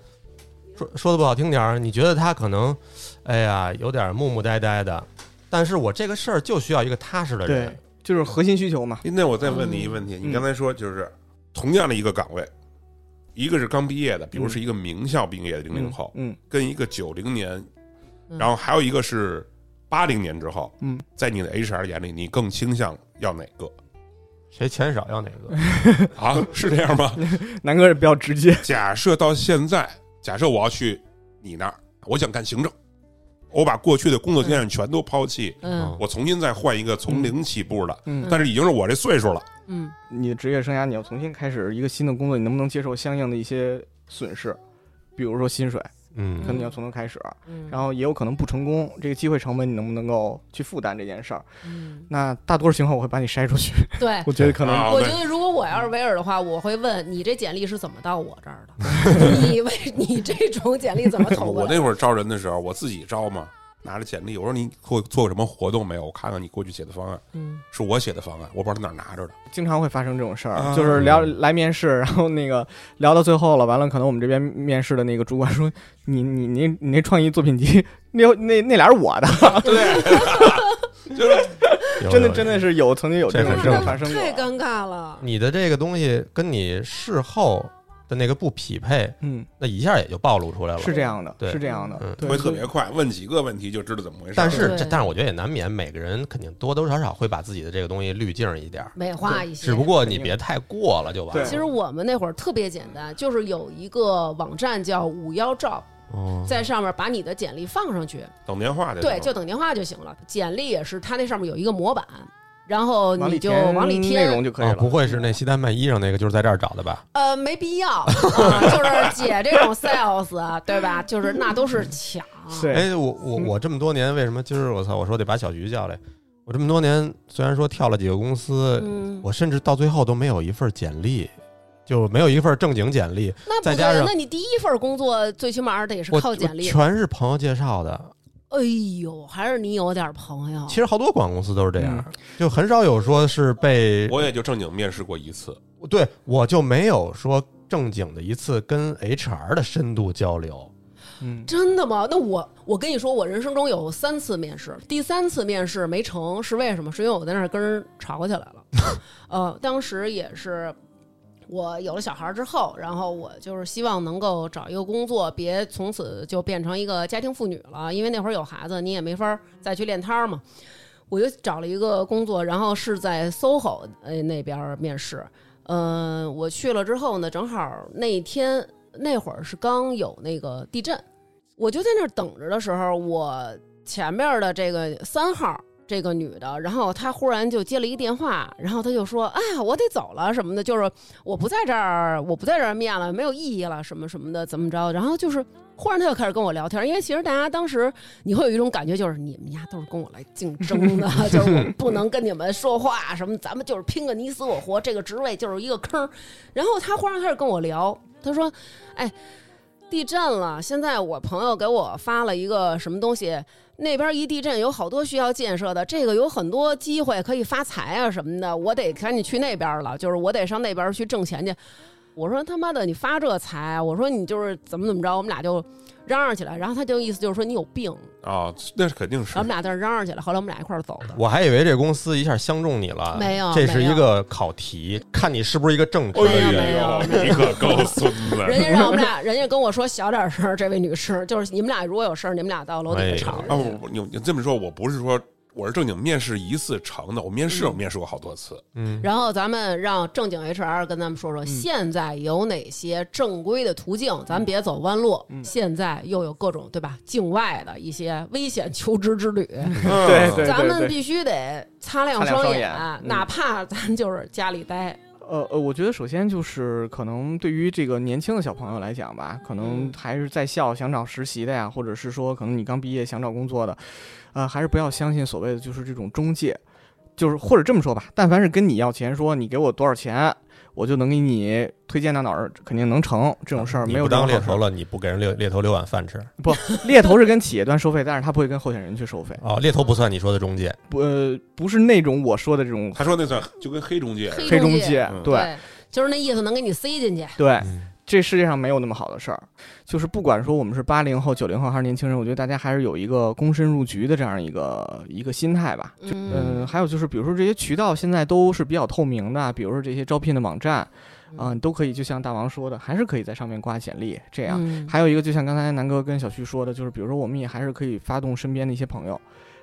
说说的不好听点儿，你觉得他可能，哎呀，有点木木呆呆的，但是我这个事儿就需要一个踏实的人对。，就是核心需求嘛。那我再问你一个问题，嗯你刚才说就是同样的一个岗位，一个是刚毕业的，比如嗯是一个名校毕业的零零后，嗯，嗯跟一个九零年，嗯然后还有一个是八零年之后，嗯，在你的 HR 眼里，你更倾向要哪个谁钱少要哪个？啊？ 是这样吗？嗯南哥也比较直接，假设到现在，假设我要去你那儿，我想干行政，我把过去的工作经验全都抛弃，啊嗯我重新再换一个从零起步的，嗯但是已经是我这岁数了，嗯你的职业生涯你要重新开始一个新的工作，你能不能接受相应的一些损失？比如说薪水，可嗯，能你要从头开始，嗯，然后也有可能不成功，这个机会成本你能不能够去负担这件事儿？嗯那大多数情况我会把你筛出去，对， 我觉得可能、啊我对觉得如果我要是维尔的话，我会问你这简历是怎么到我这儿 的？你为你这种简历怎么投嗯我过那来？会儿招人的时候，我自己招嘛，拿着简历，我说你做做过什么活动没有？我看看你过去写的方案，嗯，是我写的方案，我不知道他哪儿拿着的。 经常会发生这种事儿，啊就是聊来面试，然后那个聊到最后了，完了可能我们这边面试的那个主管说：“你你你你那创意作品集， 那那那俩是我的。啊就是有”真的有真的是有曾经有这啊嗯这种很正事儿常发生过，太尴尬了。你的这个东西跟你事后。的那个不匹配，嗯，那一下也就暴露出来了。是这样的，对是这样的嗯，对会特别快，问几个问题就知道怎么回事。但是对这，但是我觉得也难免，每个人肯定多多少少会把自己的这个东西滤镜一点儿，美化一些。只不过你别太过了就完了。对其实我们那会儿特别简单，就是有一个网站叫五幺 job，哦在上面把你的简历放上去，等电话的时候对，就等电话就行了。简历也是，它那上面有一个模板，然后往你里就填往里啊内填，容就可以哦了。不会是那西单卖衣裳那个就是在这儿找的吧？呃，没必要，啊就是姐这种 sales，啊 对吧？就是那都是抢，对，哎，我 我嗯我这么多年为什么今儿我操，我说得把小徐叫来？我这么多年虽然说跳了几个公司，嗯，我甚至到最后都没有一份简历，就没有一份正经简历，那不再加对，上那你第一份工作最起码得是我靠简历我。全是朋友介绍的。哎呦，还是你有点朋友其。实好多广告公司都是这样，嗯就很少有说是被我也就正经面试过一次，对我就没有说正经的一次跟 HR 的深度交流。嗯，真的吗？那我我跟你说，我人生中有三次面试，第三次面试没成是为什么？是因为我在那儿跟人吵起来了。呃，当时也是我有了小孩之后，然后我就是希望能够找一个工作，别从此就变成一个家庭妇女了，因为那会儿有孩子，你也没法儿再去练摊儿嘛。我就找了一个工作，然后是在 SOHO 呃那边儿面试。嗯、我去了之后呢，正好那天那会儿是刚有那个地震，我就在那儿等着的时候，我前面的这个三号这个女的，然后她忽然就接了一电话，然后她就说：“哎呀，我得走了什么的，就是我不在这儿，我不在这儿面了，没有意义了，什么什么的，怎么着？”然后就是忽然她就开始跟我聊天，因为其实大家当时你会有一种感觉，就是你们家都是跟我来竞争的，就是我不能跟你们说话什么，咱们就是拼个你死我活，这个职位就是一个坑儿。然后她忽然开始跟我聊，她说：“哎。”地震了，现在我朋友给我发了一个什么东西，那边一地震有好多需要建设的，这个有很多机会可以发财啊什么的，我得赶紧去那边了，就是我得上那边去挣钱去。我说他妈的，你发这财，啊我说你就是怎么怎么着，我们俩就嚷嚷起来，然后他就意思就是说你有病，啊，那是肯定然是后我们俩在那嚷嚷起来，后来我们俩一块儿走 的。我还以为这公司一下相中你了，没有这是没有一个考题，看你是不是一个正直哎的没有呦人。没有你可够孙人子！家让我们俩，人家跟我说小点声儿，这位女士，就是你们俩如果有事儿，你们俩到楼底下吵哎。啊，我你你这么说，我不是说我是正经面试一次成的，我面试我面试过好多次，嗯，然后咱们让正经 HR 跟咱们说嗯说，现在有哪些正规的途径，咱别走弯路。嗯现在又有各种对吧，境外的一些危险求职之旅，嗯对对咱对们对。必须得擦亮擦亮双双眼，眼嗯哪怕咱就是家里待。呃呃，我觉得首先就是可能对于这个年轻的小朋友来讲吧，可能嗯还是在校想找实习的呀，或者是说可能你刚毕业想找工作的，呃，还是不要相信所谓的就是这种中介，就是或者这么说吧，但凡是跟你要钱，说你给我多少钱，我就能给你推荐到哪儿，肯定能成这种事儿，你没有不这当种猎好事头儿。了，你不给人猎猎头留碗饭吃不，猎头是跟企业端收费，但是他不会跟候选人去收费，哦，猎头不算你说的中介，不、呃、不是那种我说的这种他说那算就跟黑中介似的，黑中中介，嗯对。就是那意思，能给你塞进去。对嗯，这世界上没有那么好的事儿，就是不管说我们是八零后、九零后还是年轻人，我觉得大家还是有一个躬身入局的这样一个一个心态吧。嗯，嗯，还有就是，比如说这些渠道现在都是比较透明的，比如说这些招聘的网站，啊、你都可以，就像大王说的，还是可以在上面挂简历这样。嗯还有一个，就像刚才南哥跟小旭说的，就是比如说我们也还是可以发动身边的一些朋友，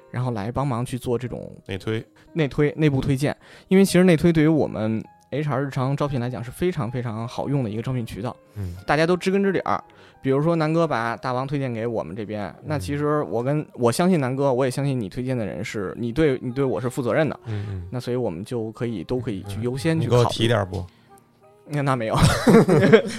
然后来帮忙去做这种内推内推、内部推荐，因为其实内推对于我们 HR 日常招聘来讲是非常非常好用的一个招聘渠道，嗯，大家都知根知底儿。比如说南哥把大王推荐给我们这边，那嗯其实我跟我相信南哥，我也相信你推荐的人是你对你对我是负责任的，嗯嗯，那所以我们就可以都可以去优先你去给我考提虑。点儿不？那那没有，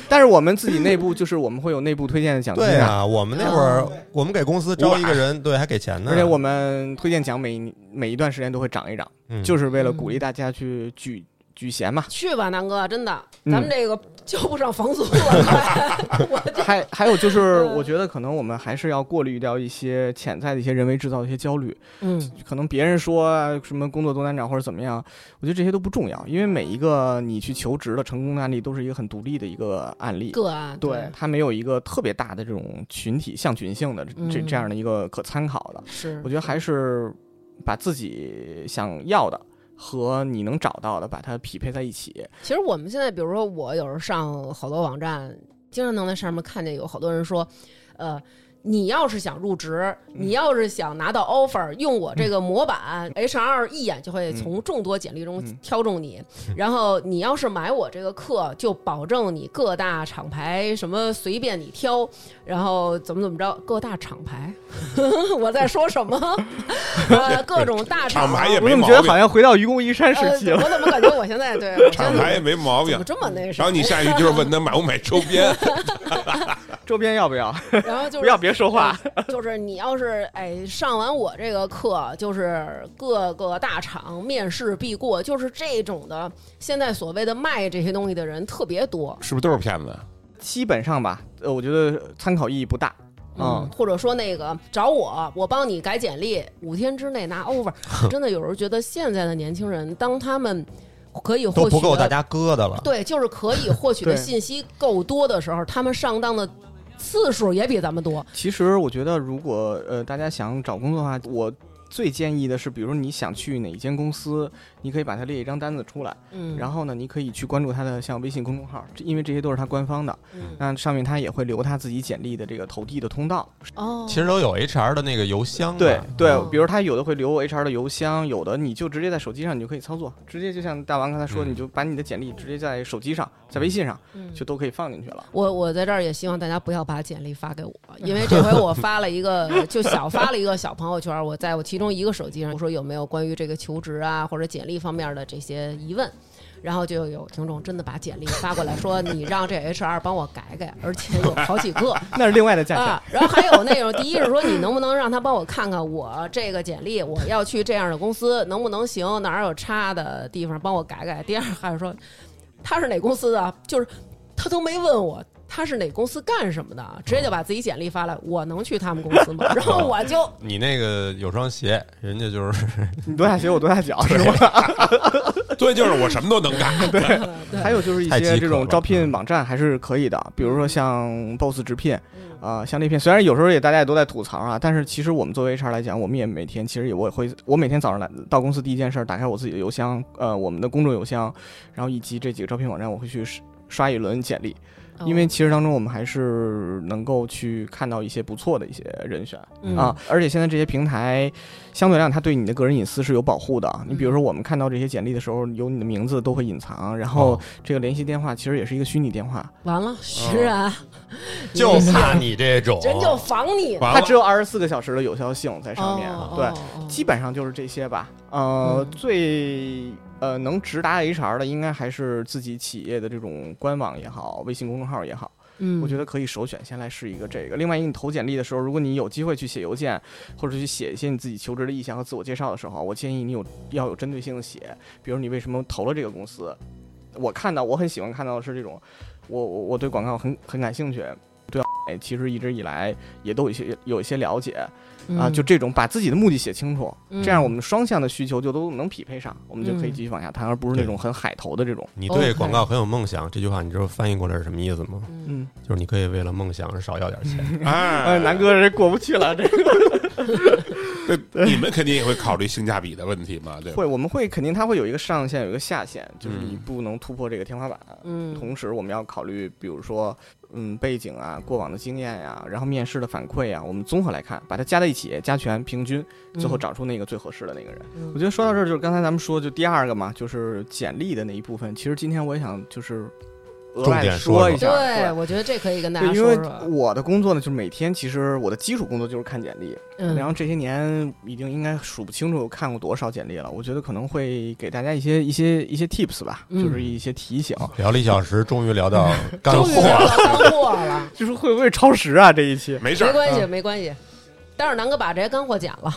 但是我们自己内部就是我们会有内部推荐的奖金对的，啊，我们那会儿嗯我们给公司招一个人，对，还给钱呢。而且我们推荐奖每每一段时间都会涨一涨，嗯就是为了鼓励大家去举举贤嘛。去吧，南哥，真的，嗯咱们这个交不上房租 了，我这还还有就是，嗯我觉得可能我们还是要过滤掉一些潜在的一些人为制造的一些焦虑，嗯可能别人说啊什么工作多难找或者怎么样，我觉得这些都不重要，因为每一个你去求职的成功的案例都是一个很独立的一个案例。个案对，它没有一个特别大的这种群体象群性的这嗯这样的一个可参考的，是我觉得还是把自己想要的和你能找到的把它匹配在一起。其实我们现在，比如说我有时候上好多网站，经常能在上面看见有好多人说，呃，你要是想入职，嗯你要是想拿到 offer，用我这个模 板、h r 一眼就嗯会从众多简历中嗯挑中你。然后你要是买我这个课，就保证你各大厂牌什么随便你挑，然后怎么怎么着，各大厂牌， 我在说什 么？呃，各种大厂牌也我没怎么毛觉得病好，像回到愚公移山时期呃，了？我怎么感觉我现在对我现在厂牌也没毛怎病么。这么那什然么后？你下一句就是问他买不买周 边，周边要不要？然后就是不要别说话，就是你要是哎上完我这个课，就是各个大厂面试必过，就是这种的。现在所谓的卖这些东西的人特别多，是不是都是骗子？基本上吧，呃，我觉得参考意义不大。嗯，或者说那个找我，我帮你改简历，五天之内拿 over。真的有时候觉得现在的年轻人，当他们可以都获取不够大的家疙瘩了。对，就是可以获取的对信息够多的时候，他们上当的次数也比咱们多。其实我觉得，如果呃大家想找工作的话，我最建议的是，比如你想去哪一间公司，你可以把它列一张单子出来，嗯，然后后呢，你可以去关注它的像微信公众号，这因为这些都是它官方的，嗯那上面它也会留它自己简历的这个投递的通道。哦，其实都有 HR 的那个邮箱嘛，对对哦，比如它有的会留 HR 的邮箱，有的你就直接在手机上你就可以操作，直接就像大王刚才说，嗯的，你就把你的简历直接在手机上，在微信上嗯就都可以放进去了。我我在这儿也希望大家不要把简历发给我，因为这回我发了一个，就小发了一个小朋友圈，我在我其中一个手机上，我说有没有关于这个求职啊或者简历方面的这些疑问。然后就有听众真的把简历发过来，说你让这 HR 帮我改改，而且有好几个那是另外的价钱。啊。然后还有那种，第一是说你能不能让他帮我看看我这个简历，我要去这样的公司能不能行，哪儿有差的地方帮我改改。第二还是说他是哪公司的，就是他都没问我。他是哪公司干什么的？直接就把自己简历发来，我能去他们公司吗？然后我就你那个有双鞋，人家就是你多大鞋，我多大脚，是吧？对，就是我什么都能干。还有就是一太饥渴些这了嗯种招聘网站还是可以的，比如说像 Boss 直聘，嗯啊、像猎聘，虽然有时候也大家也都在吐槽啊，但是其实我们作为 HR 来讲，我们也每天其实也我也会，我每天早上来到公司第一件事儿，打开我自己的邮箱，呃，我们的公众邮箱，然后以及这几个招聘网站，我会去刷刷一轮简历， 哦因为其实当中我们还是能够去看到一些不错的一些人选。嗯啊，而且现在这些平台相对来讲，它对你的个人隐私是有保护的。啊你比如嗯说，我们看到这些简历的时候，有你的名字都会隐藏，然后哦这个联系电话其实也是一个虚拟电话，完了，徐然， 你就怕你这种，人就防你完它了只有二十四个小时的有效性在上面。哦对，哦哦基本上就是这些吧。呃，嗯最呃能直达 HR 的，应该还是自己企业的这种官网也好，微信公众号也好。嗯，我觉得可以首选先来试一个这个。另外一个，你投简历的时候，如果你有机会去写邮件，或者去写一些你自己求职的意向和自我介绍的时候，我建议你有要有针对性的写，比如你为什么投了这个公司。我看到我很喜欢看到的是这种，我我我对广告很很感兴趣，对啊，哎其实一直以来也都有一些有一些了解啊，嗯就这种把自己的目的写清楚，这样嗯我们双向的需求就都能匹配上，我们就可以嗯继续往下谈，而不是那种很海投的这种。你哦对广告很有梦想，这句话你知道翻译过来是什么意思吗？嗯嗯，就是你可以为了梦想少要点钱。哎呃，，南哥这过不去了，这对你们肯定也会考虑性价比的问题嘛，对吧？会，我们会肯定它会有一个上限，有一个下限，就是你嗯不能突破这个天花板。嗯同时，我们要考虑，比如说，嗯，背景啊、过往的经验呀、然后面试的反馈呀、我们综合来看，把它加在一起，加权平均，最后嗯找出那个最合适的那个人。嗯我觉得说到这儿，就是刚才咱们说就第二个嘛，就是简历的那一部分。其实今天我也想就是额重外点地说一说下，对，对。我觉得这可以跟大对家因说为说。我的工作呢，就是每天其实我的基础工作就是看简历，嗯然后这些年已经应该数不清楚看过多少简历了，我觉得可能会给大家一些一些一些 tips 吧，嗯就是一些提醒， 聊了一小时，终于聊到 干终于聊货，到干货 了，就是会不会超时啊这一期？没事没儿，关系，没关系。待会儿南哥把这些干货剪了，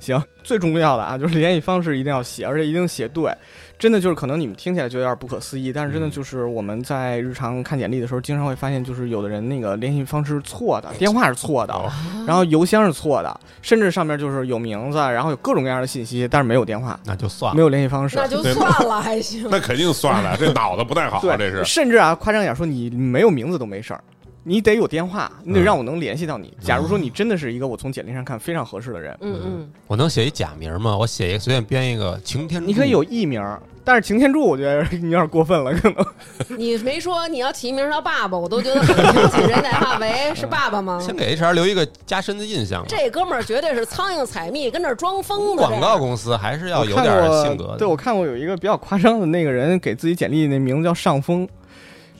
行，最重要的啊，就是联系方式一定要写，而且一定写对。真的就是可能你们听起来觉得有点不可思议，但是真的就是我们在日常看简历的时候，经常会发现，就是有的人那个联系方式是错的，电话是错的，啊然后邮箱是错的，甚至上面就是有名字，然后有各种各样的信息，但是没有电话，那就算没了。有联系方式，那就算了，还行。那肯定算了，这脑子不太好啊，对，这是甚至啊，夸张点说，你没有名字都没事儿。你得有电话，你得嗯让我能联系到你。假如说你真的是一个我从简历上看非常合适的人，嗯嗯，我能写一假名吗？我写一个随便编一个擎天柱，你可以有艺名，但是擎天柱我觉得你有点过分了，可能嗯你没说你要起名叫爸爸，我都觉得可能谨人得化为是爸爸吗？先给 HR 留一个加深的印象吧。啊这哥们儿绝对是苍蝇采蜜，跟这儿装疯的。广告公司还是要有点我看过性格的。对我看过有一个比较夸张的那个人给自己简历那名字叫上峰，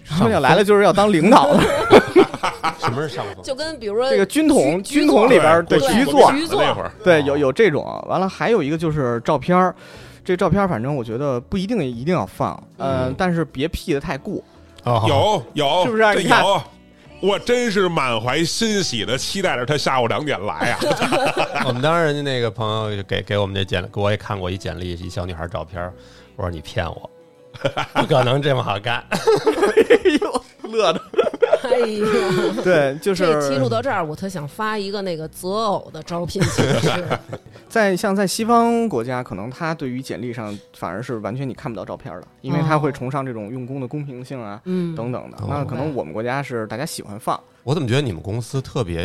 然后要来了就是要当领导的，什么是上 峰？就跟比如说这个军统局军统里边对对对局局座，座那会儿对有有这种。完了还有一个就是照片儿。这照片儿反正我觉得不一定一定要放，呃嗯，但是别 P 的太过，哦有有，是不是啊这你看有，我真是满怀欣喜的期待着他下午两点来 啊！我们当时人家那个朋友就给给我们这简，给我也看过一简历，一小女孩照片儿。我说你骗 我，不可能这么好干。 哎呦，乐的。哎呦，对， 就是这期录到这儿，我特想发一个那个择偶的招聘启事。在像在西方国家，可能他对于简历上反而是完全你看不到照片的，因为他会崇尚这种用工的公平性啊、哦嗯，等等的哦。那可能我们国家是大家喜欢放，我怎么觉得你们公司特别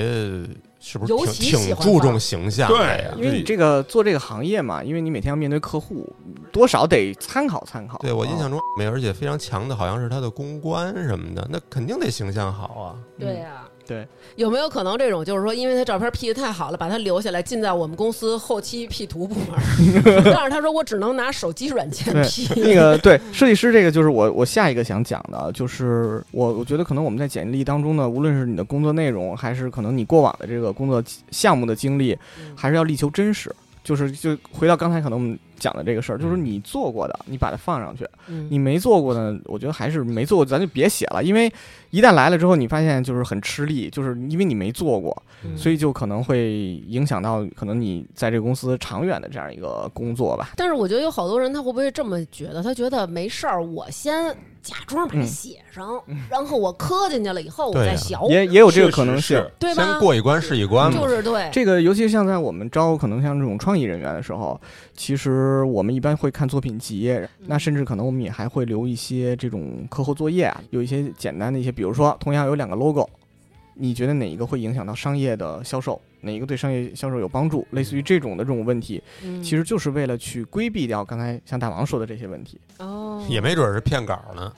是不是尤挺其喜挺欢注重形象的呀？因为你这个做这个行业嘛，因为你每天要面对客户，多少得参考参考。对我印啊象中没有，而且非常强的好像是他的公关什么的，那肯定得形象好啊。对呀、对，有没有可能这种就是说，因为他照片 P 的太好了，把他留下来进到我们公司后期 P 图部门儿？ 但是他说我只能拿手机软件对 P。 那个对设计师这个就是我我下一个想讲的，就是我我觉得可能我们在简历当中呢，无论是你的工作内容，还是可能你过往的这个工作项目的经历，还是要力求真实。就是就回到刚才可能我们讲的这个事儿，就是嗯你做过的，你把它放上去；嗯你没做过的，我觉得还是没做过，咱就别写了，因为一旦来了之后，你发现就是很吃力，就是因为你没做过，嗯嗯所以就可能会影响到可能你在这个公司长远的这样一个工作吧。但是我觉得有好多人，他会不会这么觉得？他觉得没事儿，我先假装把它嗯写上，然后我磕进去了以后，我对再呀小，也也有这个哦确可能实性是，对吧先？过一关是一关嘛。就是对，这个尤其像在我们招可能像这种创意人员的时候，其实我们一般会看作品集，那甚至可能我们也还会留一些这种课后作业啊，有一些简单的一些，比如说同样有两个 logo，你觉得哪一个会影响到商业的销售？哪一个对商业销售有帮助？类似于这种的这种问题，嗯其实就是为了去规避掉刚才像大王说的这些问题。 哦，也没准是骗稿 呢，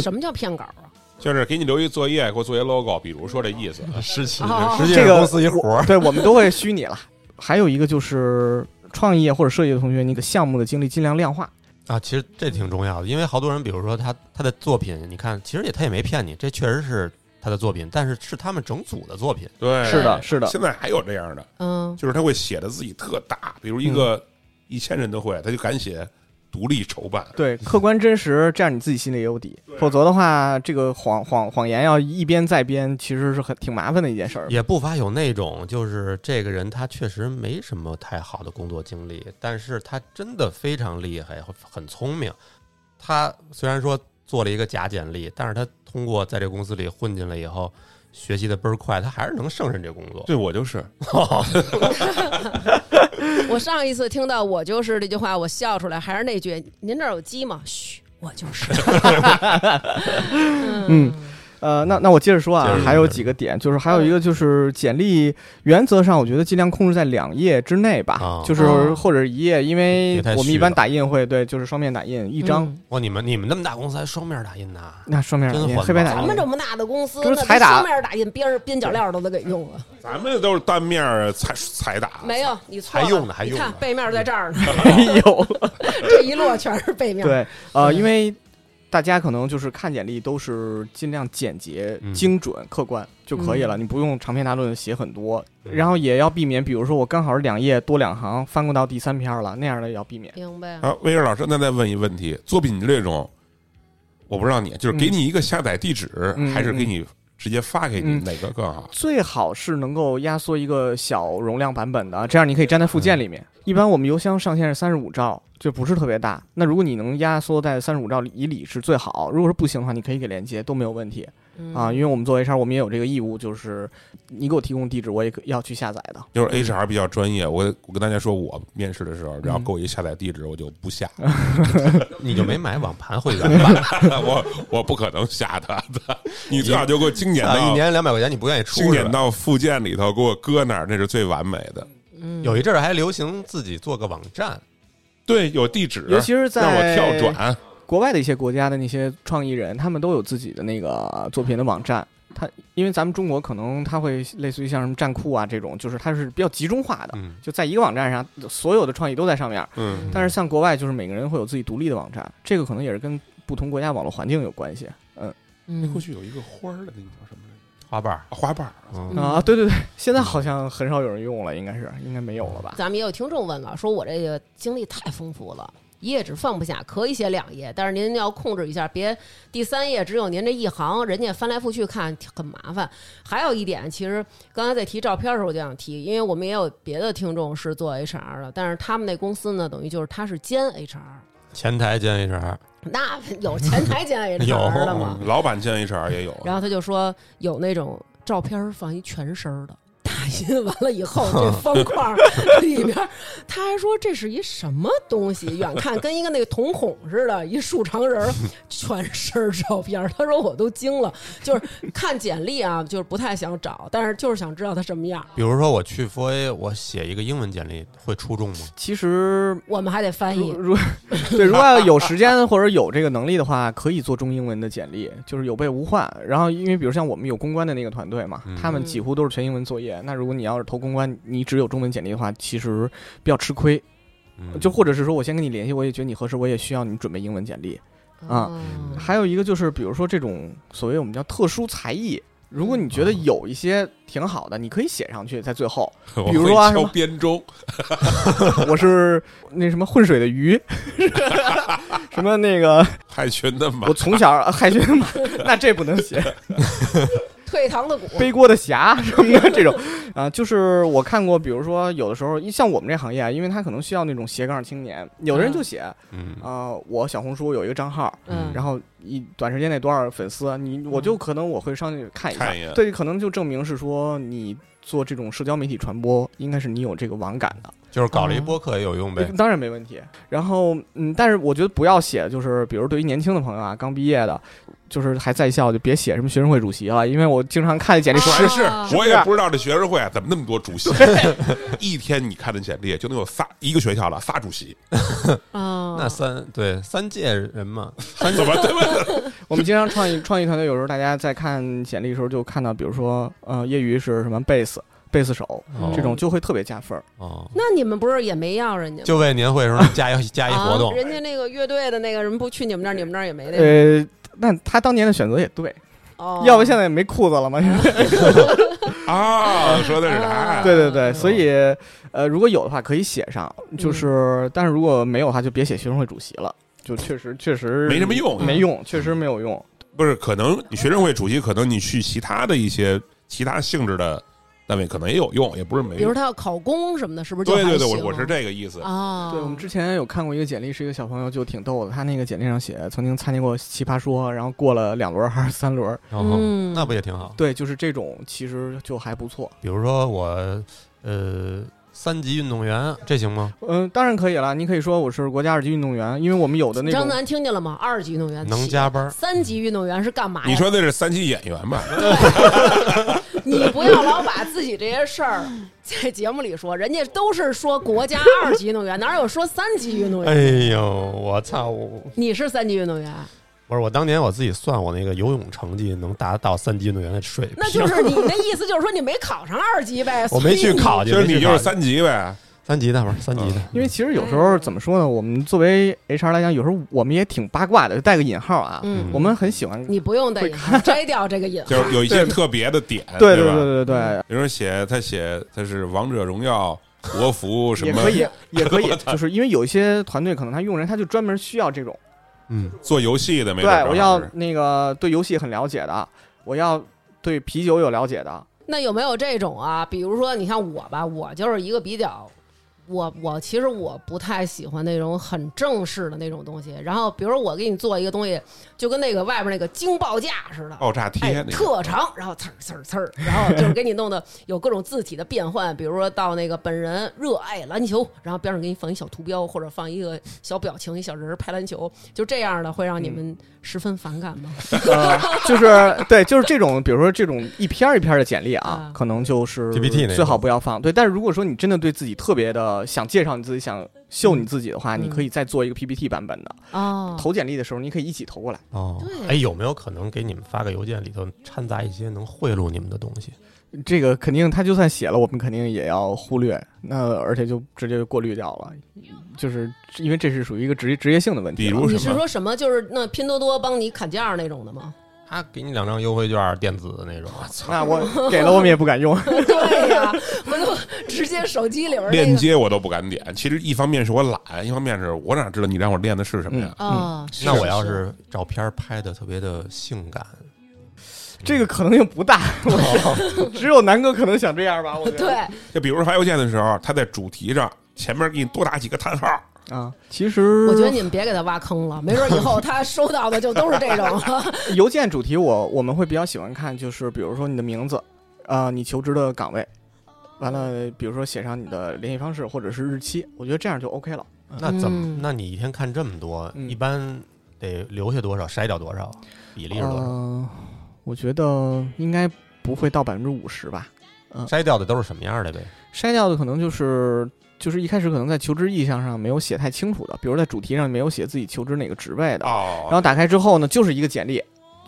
什么叫骗稿啊？就是给你留一作业，给我做一 logo，比如说这意思。实际哦实际这上个公司一活儿。对，我们都会虚拟了。还有一个就是创意或者设计的同学，你的项目的经历尽量量化。啊，其实这挺重要的，因为好多人，比如说他他的作品，你看，其实也他也没骗你，这确实是他的作品，但是是他们整组的作品，对，是的，是的，现在还有这样的，嗯，就是他会写的自己特大，比如一嗯个一千人都会，他就敢写独立筹办。对，客观真实，这样你自己心里也有底。啊否则的话，这个谎谎谎言要一编再编，其实是很挺麻烦的一件事儿。也不乏有那种就是这个人他确实没什么太好的工作经历，但是他真的非常厉害，很聪明。他虽然说做了一个假简历，但是他通过在这公司里混进来以后，学习的倍儿快，他还是能胜任这工作。对我就是，我上一次听到我就是这句话，我笑出来，还是那句“您这儿有鸡吗？”嘘，我就是。 嗯，呃，那那我接着说接着啊，说还有几个点，就是还有嗯一个就是简历原则上，我觉得尽量控制在两页之内吧啊，就是哦或者一页，因为别太我们虚一般了打印会对，就是双面打印一张，嗯哇，你们你们那么大公司还双面打印呢？那双面打真印环保黑白打咱们印这。么大的公司，就是那彩打双面打印，边儿边角料都得给用了。咱们都是单面儿彩彩打，没有，你错嗯了还用呢还用你呢嗯看背面在这儿呢，没 有，这一摞全是背面。，对，呃，嗯因为大家可能就是看简历都是尽量简洁、嗯精准、客观就可以嗯了，你不用长篇大论地写很多，嗯然后也要避免，比如说我刚好是两页多两行，翻过到第三篇了，那样的也要避免。明白。啊，威尔老师，那再问一问题，作品这种，我不知道你，就是给你一个下载地址，嗯还是给你直接发给你，嗯哪个更好？最好是能够压缩一个小容量版本的，这样你可以粘在附件里面。嗯一般我们邮箱上限是三十五兆，就不是特别大。那如果你能压缩在三十五兆以里是最好，如果是不行的话，你可以给连接都没有问题。嗯啊，因为我们做 HR，我们也有这个义务，就是你给我提供地址，我也要去下载的。就是 HR 比较专业，我我跟大家说，我面试的时候，然后给我一下载地址，我就不下，嗯你就没买网盘会员吧？我我不可能下他的。 你最好就给我经典啊，一到年两百块钱你不愿意出经是典吧？到附件里头，给我搁那儿，那是最完美的。嗯有一阵儿还流行自己做个网站，对，有地址，尤其是在让我跳转，国外的一些国家的那些创意人，他们都有自己的那个作品的网站。他因为咱们中国可能他会类似于像什么站酷啊这种，就是它是比较集中化的，嗯，就在一个网站上，所有的创意都在上面。嗯，但是像国外，就是每个人会有自己独立的网站，这个可能也是跟不同国家网络环境有关系。嗯 过嗯，去有一个花儿的那个叫什么来着？花瓣儿，啊花瓣儿，嗯嗯啊，对对对，现在好像很少有人用了，应该是应该没有了吧？咱们也有听众问了，说我这个经历太丰富了。一页纸放不下，可以写两页，但是您要控制一下，别第三页只有您这一行，人家翻来覆去看很麻烦。还有一点，其实刚才在提照片的时候，我就想提，因为我们也有别的听众是做 HR 的，但是他们那公司呢，等于就是他是兼 HR，前台兼 HR，那有前台兼 有 HR 的吗？嗯老板见 HR 也有啊，然后他就说有那种照片儿放一全身儿的，打印完了以后这方 块儿里边儿，他还说这是一什么东西，远看跟一个那个瞳孔似的，一竖长人儿全身儿照片儿。他说我都惊了，就是看简历啊，就是不太想找，但是就是想知道他什么样儿，比如说我去 f o A，我写一个英文简历会出众吗？其实我们还得翻如译。如对，如果要有时间或者有这个能力的话，可以做中英文的简历，就是有备无患。然后，因为比如像我们有公关的那个团队嘛，他们几乎都是全英文作业。那如果你要是投公关，你只有中文简历的话，其实比较吃亏。嗯就或者是说我先跟你联系，我也觉得你合适，我也需要你准备英文简历。啊嗯还有一个就是，比如说这种所谓我们叫特殊才艺。如果你觉得有一些挺好的，你可以写上去，在最后，我比如会说啊什敲么编钟，我是那什么浑水的鱼， 什么那个海群的马我，从小呃海军嘛，那这不能写。 退堂的鼓，背锅的侠什么的这 种啊，就是我看过，比如说有的时候像我们这行业啊，因为他可能需要那种斜杠青年，有的人就写啊、嗯呃我小红书有一个账号，嗯，然后一短时间内多少粉丝，你我就可能我会上去看一下看一眼，对，可能就证明是说你。做这种社交媒体传播，应该是你有这个网感的，就是搞了啊一播客也有用呗。当然没问题。然后，嗯，但是我觉得不要写，就是比如对于年轻的朋友啊，刚毕业的，就是还在校，就别写什么学生会主席了，因为我经常看简历啊说，是啊我也不知道这学生会啊怎么那么多主席， 一天你看的简历就能有仨一个学校了仨主席，啊，那三对三届人嘛，怎么对吧？ 我们经常创意创意团队，有时候大家在看简历的时候，就看到，比如说，呃，业余是什么贝斯、贝斯手哦这种，就会特别加分儿。哦，那你们不是也没要人家吗？就为年会的时候 加一加一活动啊，，人家那个乐队的那个人不去你们那儿，你们那儿也没那个。呃，那他当年的选择也对，哦，要不现在也没裤子了嘛。啊，说的是他，对对嗯对，所以，呃，如果有的话可以写上，就是，但是如果没有的话，就别写学生会主席了，就确实确实没什么用啊没用，确实没有用。不是，可能你学生会主席，可能你去其他的一些其他性质的单位，可能也有用，也不是没比如用。他要考公什么的，是不是就对对还对，行我我是这个意思。啊。对我们之前有看过一个简历，是一个小朋友就挺逗的，他那个简历上写曾经参加过奇葩说，然后过了两轮儿还是三轮儿，然后嗯那不也挺好？对，就是这种，其实就还不错。比如说我呃三级运动员，这行吗？嗯，当然可以了，你可以说我是国家二级运动员，因为我们有的那张种楠听见了吗？二级运动员能起加班儿，三级运动员是干嘛呀？你说那是三级演员吧？ 你不要老把自己这些事儿在节目里说，人家都是说国家二级运动员，哪有说三级运动哎员？呦，我操！我你是三级运动员，不是我当年我自己算我那个游泳成绩能达到三级运动员的水平，那就是你那意思就是说你没考上二级呗？我没去啊考去，就是没你去就是考三嗯级呗。三级的，不是三级的，因为其实有时嗯候怎么说呢，我们作为 HR 来讲，有时候我们也挺八卦的，带个引号啊，嗯我们很喜欢，你不用的摘掉这个引号，就是有一些特别的点，对对吧？嗯对对对，比如说写他写他是王者荣耀 国服什也么可 以也可以，就是因为有一些团队可能他用人他就专门需要这种，嗯，做游戏的没对准儿啊我要是那个对游戏很了解的，我要对啤 酒有了解的，那有没有这种啊？比如说，你看我吧，我就是一个比较我我其实我不太喜欢那种很正式的那种东西。然后比如说我给你做一个东西，就跟那个外边那个惊爆架似的，爆炸哦贴哎那，个特长，然后呲儿呲儿呲儿，然后就是给你弄的有各种字体的变换，比如说到那个本人热爱篮球，然后边上给你放一小图标或者放一个小表情，一小人儿拍篮球，就这样的会让嗯你们十分反感 吗？呃，就是对，就是这种，比如说这种一篇儿一篇儿的简历啊啊，可能就是 PPT 那种最好不要放。对，但是如果说你真的对自己特别的想介绍你自己，想秀你自己的话，嗯你可以再做一个 PPT 版本的。哦，投简历的时候，你可以一起投过来。哦对哎，有没有可能给你们发个邮件，里头掺杂一些能贿赂你们的东西？这个肯定他就算写了，我们肯定也要忽略，那而且就直接就过滤掉了，就是因为这是属于一个职业职业性的问题了。比如你什是么？说什么？就是那拼多多帮你砍价那种的 吗？他给你两张优惠券，电子的那种。我操！那我给了，我们也不敢 用。对呀、回头直接手机里边那链个接我都不敢点。其实一方面是我懒，一方面是我哪知道你让我练的是什么呀？哦，是那我要是是照片拍的特别的性感，这个可能性不大，哦 我只有南哥可能想这样吧。我觉得对就比如说发邮件的时候，他在主题上前面给你多打几个叹号，啊，其实我觉得你们别给他挖坑 了，没准以后他收到的就都是这种了。邮件主题我我们会比较喜欢看，就是比如说你的名字，呃，你求职的岗位，完了，比如说写上你的联系方式或者是日期，我觉得这样就 OK 了。那怎么嗯？那你一天看这么多，嗯一般得留下多少，筛掉多少，比例是多哦少？呃，我觉得应该不会到百分之五十吧，筛掉的都是什么样的呗？筛掉的可能就是就是一开始可能在求职意向上没有写太清楚的，比如在主题上没有写自己求职哪个职位的，然哦，后打开之后呢，就是一个简历。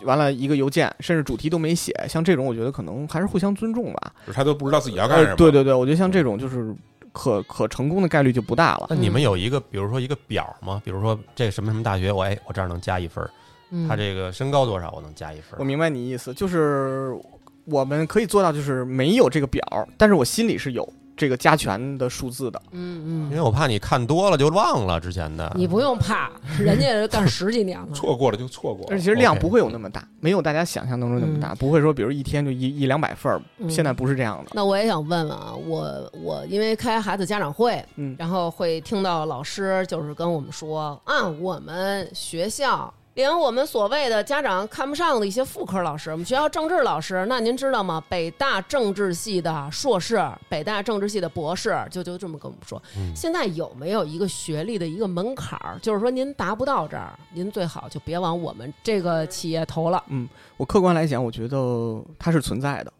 完了一个邮件，甚至主题都没写，像这种我觉得可能还是互相尊重吧。就是他都不知道自己要干什么。嗯呃。对，对对，我觉得像这种就是可可成功的概率就不大了。那嗯你们有一个，比如说一个表吗？比如说这什么什么大学，我哎，我这儿能加一分儿，嗯他这个身高多少，我能加一分我儿。明白你意思，就是我们可以做到，就是没有这个表，但是我心里是有这个加权的数字的。因嗯嗯，为我怕你看多了就忘了之前的。你不用怕，人家干十几年了。错过了就错过但了是。其实量 OK 不会有那么大，没有大家想象当中那么大，不会说比如一天就一一两百份儿，嗯现在不是这样的。那我也想问问啊，我我因为开孩子家长会，嗯然后会听到老师就是跟我们说啊，我们学校连我们所谓的家长看不上的一些副科老师，我们学校政治老师，那您知道吗？北大政治系的硕士，北大政治系的博士，就就这么跟我们说。嗯现在有没有一个学历的一个门槛儿？就是说您达不到这儿，您最好就别往我们这个企业投了。我客观来讲，我觉得它是存在的，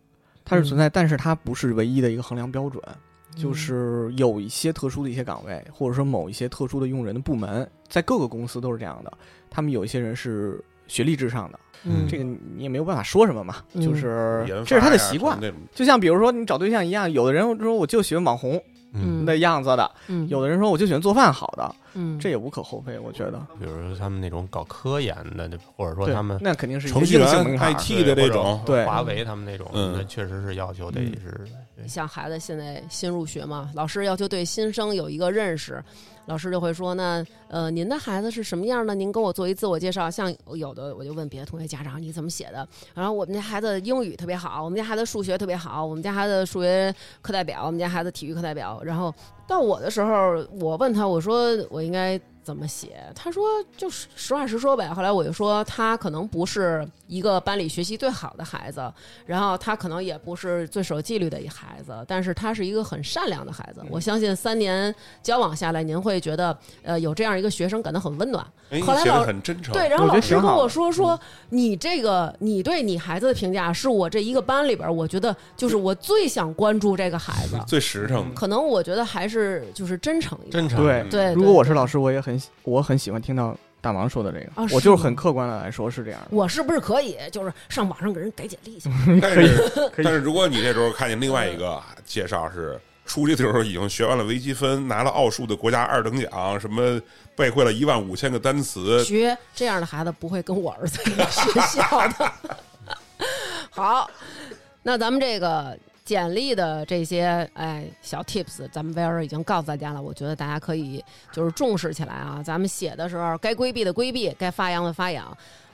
它是存在，但是它不是唯一的一个衡量标准。嗯就是有一些特殊的一些岗位，或者说某一些特殊的用人的部门，在各个公司都是这样的。他们有一些人是学历至上的，嗯这个你也没有办法说什么嘛，嗯就是研发呀这是他的习惯什么。那种就像比如说你找对象一样，有的人说我就喜欢网红嗯的样子的，嗯有的人说我就喜欢做饭好的，嗯这也无可厚非，我觉得。比如说他们那种搞科研的，那或者说对他们，那肯定是一个程序硬性门员、槛儿 IT 的这种，对华为他们那种，嗯那确实是要求得嗯是像孩子现在新入学嘛，老师要求对新生有一个认识，老师就会说那呃，您的孩子是什么样的？您跟我做一自我介绍。像有的我就问别的同学家长你怎么写的，然后我们家孩子英语特别好，我们家孩子数学特别好，我们家孩子数学课代表，我们家孩子体育课代表。然后到我的时候，我问他，我说我应该怎么写？他说就是实话实说呗。后来我就说他可能不是一个班里学习最好的孩子，然后他可能也不是最守纪律的一孩子，但是他是一个很善良的嗯孩子。我相信三年交往下来，您会觉得呃有这样一个学生感到很温暖。哎，后来写的老很真诚。。对，然后我老觉得师挺跟好我的嗯说说，你这个你对你孩子的评价，是我这一个班里边儿，我觉得就是我最想关注这个孩子最实诚的。可能我觉得还是就是真诚一点。真诚。对嗯对，如果我是对老，师，我也很喜我很喜欢听到大王说的这个，啊我是就是很吗客观的来说是这样的。我是不是可以就是上网上给人改简历去？但是，嗯可以但是如果你这时候看见另外一个介绍是出去的时候已经学完了微积分，拿了奥数的国家二等奖，什么背会了一万五千个单词，学这样的孩子不会跟我儿子一个学校的。 好，那咱们这个简历的这些哎小 tips，咱们威尔已经告诉大家了，我觉得大家可以就是重视起来啊。咱们写的时候该规避的规避，该发扬的发扬。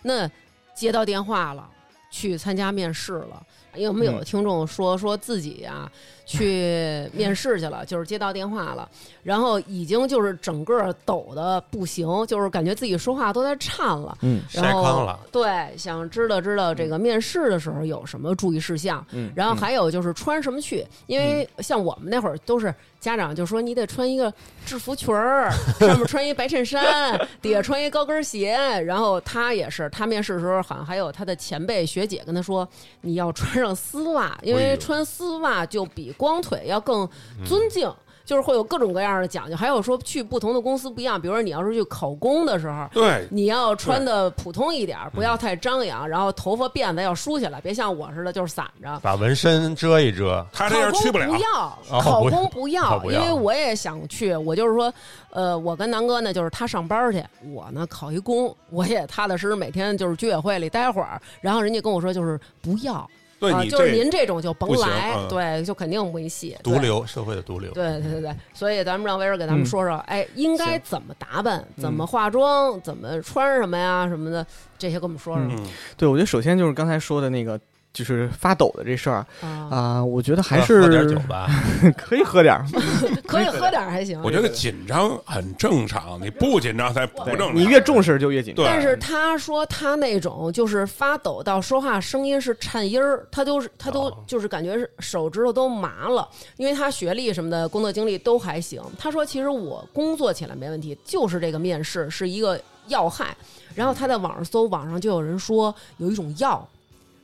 那接到电话了。去参加面试了，因为我们有的听众说说自己啊去面试去了，就是接到电话了，然后已经就是整个抖的不行，就是感觉自己说话都在颤了。嗯然筛后糠了对，想知道知道这个面试的时候有什么注意事项，嗯然后还有就是穿什么去，因为像我们那会儿都是家长就说你得穿一个制服裙儿，上面穿一白衬衫，底下穿一高跟鞋。然后他也是，他面试的时候好像还有他的前辈学姐跟他说，你要穿上丝袜，因哎为呦穿丝袜就比光腿要更尊敬。就是会有各种各样的讲究，还有说去不同的公司不一样，比如说你要是去考公的时候，对，你要穿的普通一点儿，不要太张扬，然后头发辫子要梳起来，别像我似的就是散着。把纹身遮一遮，他这考样公去不了，啊要，哦考不要公不要哦，不因要为我也想去。我就是说，呃，我跟南哥呢，就是他上班去，我呢考一公，我也踏踏实实每天就是居委会里待会儿。然后人家跟我说，就是不要，对啊，你就是这您这种就甭不行来，嗯对，就肯定没戏。对毒瘤，社会的毒瘤。对对对对，所以咱们让威尔给咱们嗯说说，哎，应该行怎么打扮，怎么化妆，怎么穿什么呀，什么的，这些跟我们说啊说嗯，对，我觉得首先就是刚才说的那个，就是发抖的这事儿啊，啊、我觉得还喝是喝点酒吧， 可以喝点儿。可以喝点儿还行。我觉得紧张很正常，你不紧张才不对正常。你越重视就越紧张。对，但是他说他那种就是发抖到说话声音是颤音儿，他都是他都哦就是感觉是手指头都麻了，因为他学历什么的工作经历都还行。他说其实我工作起来没问题，就是这个面试是一个要害。然后他在网上搜，网上就有人说有一种药，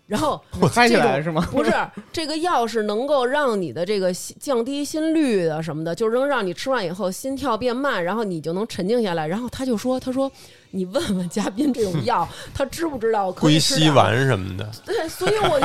然后我猜起这来种是吗？不是这个药是能够让你的这个心降低心率的什么的，就是能让你吃完以后心跳变慢，然后你就能沉静下来。然后他就说：“他说你问问嘉宾这 种药，他知不知道我可归以吃西点儿丸什么的，对，所以我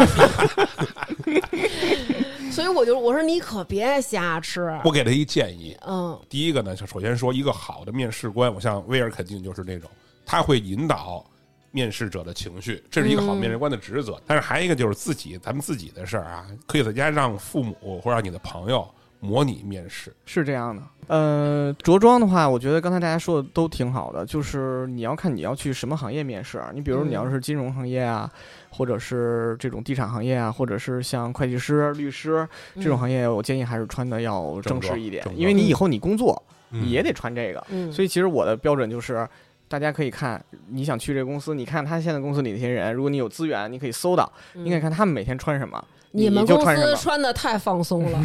就，所以我就我说你可别瞎吃。我给他一建议，嗯第一个呢，就首先说一个好的面试官，我像威尔肯定就是那种，他会引导面试者的情绪，这是一个好面试官的职责。但是还有一个就是自己，咱们自己的事儿啊，可以在家让父母或者让你的朋友模拟面试。是这样的。呃，着装的话，我觉得刚才大家说的都挺好的，就是你要看你要去什么行业面试。啊你比如嗯你要是金融行业啊，或者是这种地产行业啊，或者是像会计师、律师这嗯种行业，我建议还是穿的要正式一点正，装因为你以后你工作嗯你也得穿这个。嗯，所以以其实我的标准就是，大家可以看你想去这个公司，你看他现在公司里那些人，如果你有资源，你可以搜到，你可以看他们每天穿什么。嗯你们你就公穿什司么穿的太放松 了，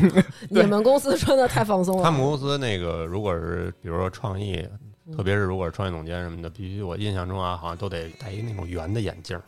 你们公司穿的太放松了。他们公司那个，如果是比如说创意嗯，特别是如果是创意总监什么的，必须我印象中啊，好像都得戴一那种圆的眼镜儿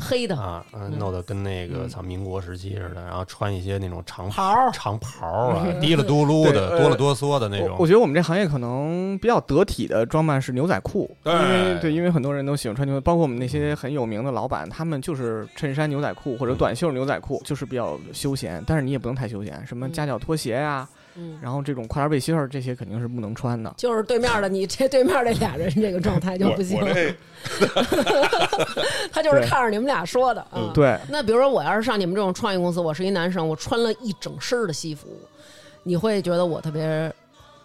黑的啊，嗯嗯弄得跟那个像民国时期似的，然后穿一些那种长袍儿嗯长袍儿啊，滴了嘟噜的，对呃哆了哆嗦的那我我种。觉得我们这行业可能比较得体的装扮是牛仔裤，对因为对，因为很多人都喜欢穿牛仔，包括我们那些很有名的老板，他们就是衬衫牛仔裤或者短袖牛仔裤，就是比较休闲，但是你也不能太休闲，什么夹脚拖鞋呀、嗯，然后这种跨栏背心儿这些肯定是不能穿的。就是对面的你，这对面这俩人这个状态就我不行我，这他就是对看着你们俩说的啊。， 对，那比如说我要是上你们这种创业公司，我是一男生，我穿了一整身儿的西服，你会觉得我特别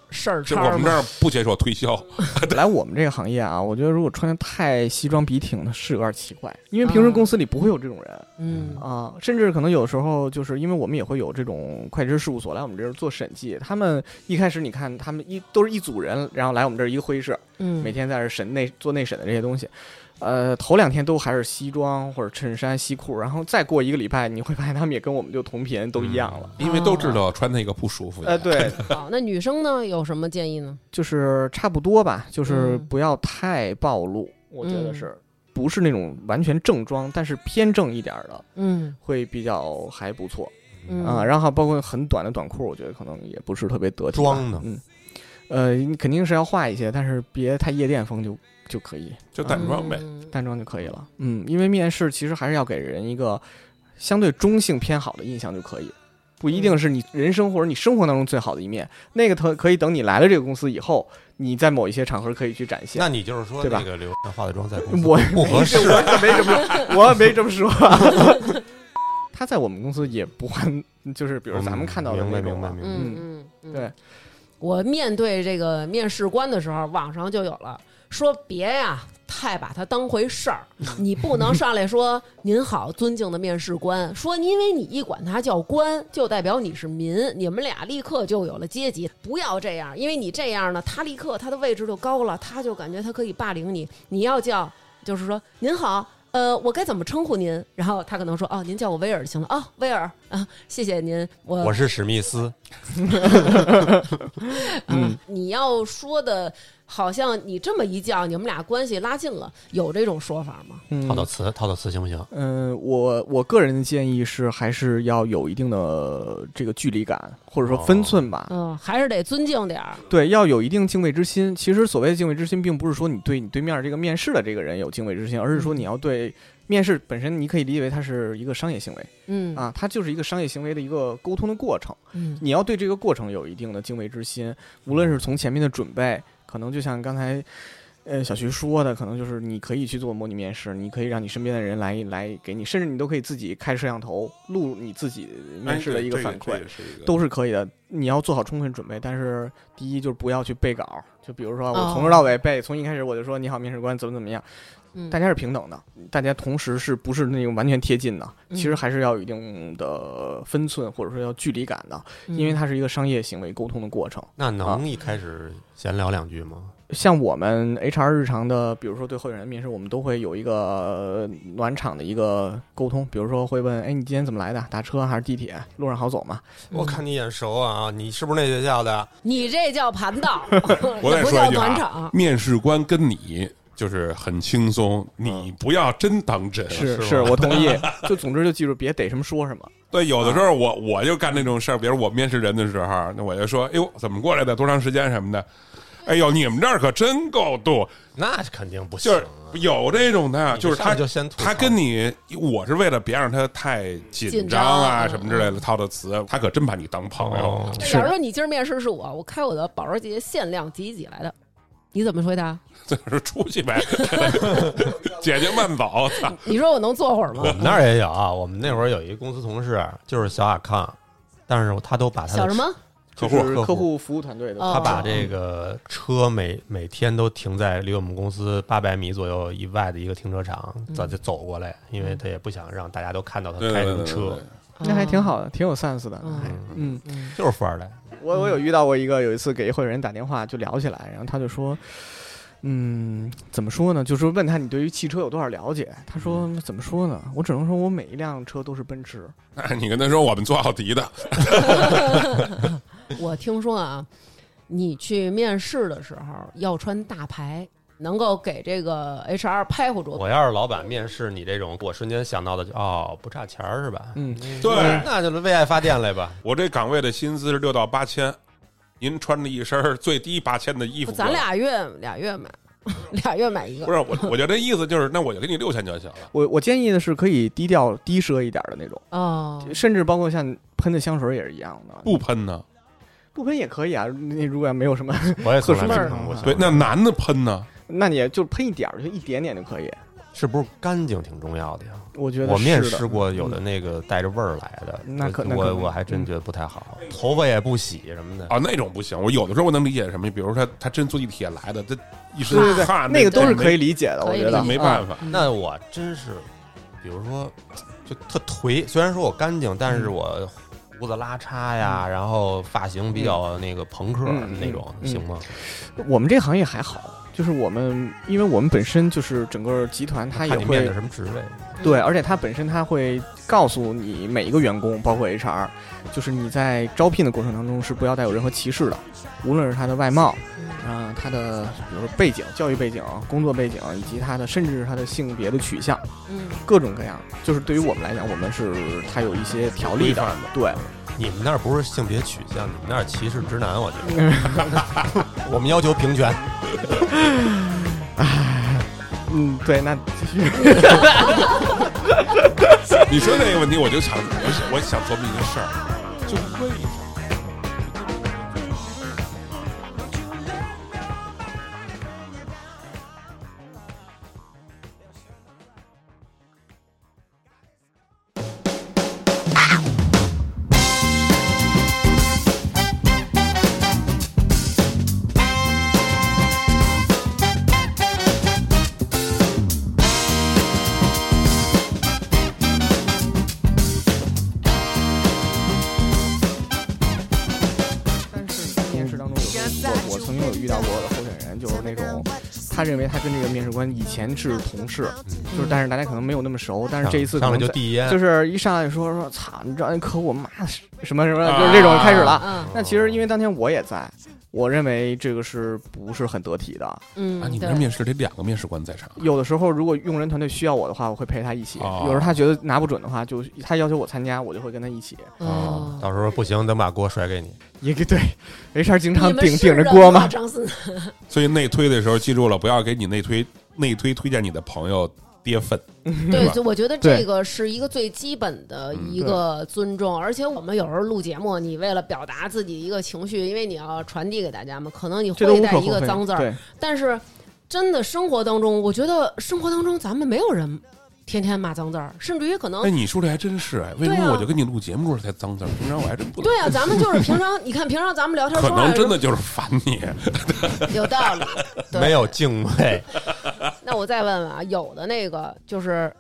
事儿就叉我儿们这吗？儿不接受推销，本来我们这个行业啊，我觉得如果穿的太西装笔挺的是有点奇怪，因为平时公司里不会有这种人。嗯啊，甚至可能有时候就是因为我们也会有这种会计师事务所来我们这儿做审计，他们一开始你看他们一都是一组人，然后来我们这儿一个会议室，嗯，每天在这儿审内做内审的这些东西，呃，头两天都还是西装或者衬衫西裤，然后再过一个礼拜，你会发现他们也跟我们就同频，都一样了。因为都知道穿那个嗯不舒服。呃，对，好，那女生呢有什么建议呢？就是差不多吧，就是嗯不要太暴露，我觉得嗯是。不是那种完全正装，但是偏正一点儿的嗯会比较还不错。嗯啊、然后包括很短的短裤，我觉得可能也不是特别得体吧。装呢嗯，呃，你肯定是要画一些，但是别太夜店风就就可以，就淡妆呗。嗯淡妆就可以了。嗯，因为面试其实还是要给人一个相对中性偏好的印象就可以，不一定是你人生或者你生活当中最好的一面，那个可可以等你来了这个公司以后，你在某一些场合可以去展 现那。你就是说对吧那个刘那化的妆在公司我不合适，我可没这么，我没这么说。他在我们公司也不换，就是比如咱们看到的明白那种明白啊明白。嗯嗯嗯，对。我面对这个面试官的时候，网上就有了说别呀、太把它当回事儿。你不能上来说“您好，尊敬的面试官”，说因为你一管他叫官，就代表你是民，你们俩立刻就有了阶级。不要这样，因为你这样呢，他立刻他的位置就高了，他就感觉他可以霸凌你。你要叫就是说“您好”。呃，我该怎么称呼您？然后他可能说：“哦，您叫我威尔就行了。哦，威尔啊，谢谢您，我我是史密斯，嗯，你要说的，好像你这么一叫，你们俩关系拉近了，有这种说法吗？嗯套套词，套套词行不行？嗯，我我个人的建议是，还是要有一定的这个距离感，或者哦说分寸吧。嗯，还是得尊敬点儿。对，要有一定敬畏之心。其实所谓的敬畏之心，并不是说你对你对面这个面试的这个人有敬畏之心，而是说你要对面试本身，你可以理解为它是一个商业行为嗯啊，它就是一个商业行为的一个沟通的过程。嗯你要对这个过程有一定的敬畏之心，无论是从前面的准备，可能就像刚才。呃，小徐说的可能就是你可以去做模拟面试，你可以让你身边的人来来给你，甚至你都可以自己开摄像头录你自己哎面试的一个反馈，都都是可以的。你要做好充分准备，但是第一就是不要去背稿，就比如说哦我从头到尾背，从一开始我就说你好，面试官怎么怎么样，嗯，大家是平等的，大家同时是不是那种完全贴近的？嗯其实还是要有一定的分寸，或者说要距离感的，因为他它是一个商业行为沟通的过程。那能一开始闲聊两句吗？像我们 HR 日常的，比如说对候选人面试，我们都会有一个呃暖场的一个沟通，比如说会问，哎，你今天怎么来的？打车还是地铁？路上好走吗？我看你眼熟啊，你是不是那学校的？嗯你这叫盘道，我这再不说叫一句暖啊场，。面试官跟你就是很轻松，你不要真当真。是是是，吗我同意。就总之就记住，别逮什么说什么。对，有的时啊候我我就干那种事儿，比如我面试人的时候，那我就说，哎呦，怎么过来的？多长时间什么的？哎呦，你们这儿可真够多，那肯定不行就啊是。有这种的，你就是上来他就先吐槽他跟你，我是为了别让他太紧张啊紧张什么之类的套的词，他可真把你当朋友哦。假如说你今儿面试是我，我开我的保时捷限量几几来的，你怎么回答？这是出 去呗，姐姐慢走。操你说我能坐会儿我吗？们那儿也有，啊，我们那会儿有一公司同事就是小雅康，但是他都把他的小什么？客就户是客客户服务团队的，哦他把这个车每每天都停在离我们公司八百米左右以外的一个停车场，嗯早就走过来，因为他也不想让大家都看到他对开对什么对车，哦那还挺好的，挺有 sense 的。嗯哎嗯，就是富二代。我我有遇到过一个，有一次给一会人打电话就聊起来，然后他就说。嗯，怎么说呢？就是问他你对于汽车有多少了解？嗯他说怎么说呢？我只能说我每一辆车都是奔驰。那哎你跟他说我们做奥迪的， 我听说啊，你去面试的时候要穿大牌，能够给这个 HR 拍糊住。我要是老板面试你这种，我瞬间想到的就哦，不差钱儿是 吧？嗯，对那就为爱发电来吧。我这岗位的薪资是六到八千，您穿着一身儿最低八千的衣服，咱俩月俩月买， 俩月买一不 个。是我，我觉得这意思就是，那我就给你六千就行了。我我建议的是可以低调低奢一点的那种，哦，甚至包括像喷的香水也是一样的，不喷呢？嗯不喷也可以啊。那如果没有什么， 我也从来可没是看过味儿小对，嗯那男的喷呢？那你也就喷一点儿，就一点点就可以。是不是干净挺重要的呀？我觉得我面是的试过有的那个带着味儿来的，嗯那可那可我我还真觉得不太好，头发也不洗什么的。啊，那种不行。我有的时候我能理解什么，比如说他他真坐地铁来的，他一身对对对，汗，那个都是没可以理解的，嗯可我以觉得理解没办法。那我真是，比如说，就特颓。虽然说我干净，但是嗯我胡子拉碴呀，然后发型比较那个朋克嗯嗯那种，嗯行吗？我们这个行业还好，就是我们，因为我们本身就是整个集团，它也看你面会的什么职位，对，而且它本身它会告诉你每一个员工，包括 HR，就是你在招聘的过程当中是不要带有任何歧视的，无论是他的外貌，啊、他的比如说背景、教育背景、工作背景，以及他的甚至是他的性别的取向，嗯，各种各样。就是对于我们来讲，我们是它有一些条例的，对，你们那儿不是性别取向，你们那儿歧视直男，我觉 得。我们要求平权。嗯，对，那继续。你说这个问题，我就想，我想我想琢磨一个事儿，就为什么？到过的候选人，就是那种他认为他跟这个面试官以前是同事，嗯就是但是大家可能没有那么熟，但是这一次可上来能就在递烟，就是一上来就说说操，你知道那可我妈是什么什么，啊就是这种开始了。嗯那其实因为当天我也在，我认为这个是不是很得体的？嗯，啊，你们对这面试得两个面试官在场，有的时候如果用人团队需要我的话，我会陪他一起；哦有时候他觉得拿不准的话，就他要求我参加，我就会跟他一起。啊哦到时候不行，等把锅甩给你。也给对，HR 经常你们顶是顶着人锅吗嘛。张 思南所以内推的时候记住了，不要给你内推内推推荐你的朋友跌份，对，吧就我觉得对这个是一个最基本的嗯一个尊重，而且我们有时候录节目，你为了表达自己一个情绪，因为你要传递给大家嘛，可能你这都会无带可一厚个非。脏字儿，对，但是真的生活当中，我觉得生活当中咱们没有人天天骂脏字儿，甚至于可能哎，你说这还真是哎，为什嗯对啊么我就跟你录节目的时候才脏字儿？平常我还真不对啊，咱们就是平常，你看平常咱们 聊天可说话能的时真候的就是烦你， 有道理，对没有敬畏，那我再问问啊，有的那个就是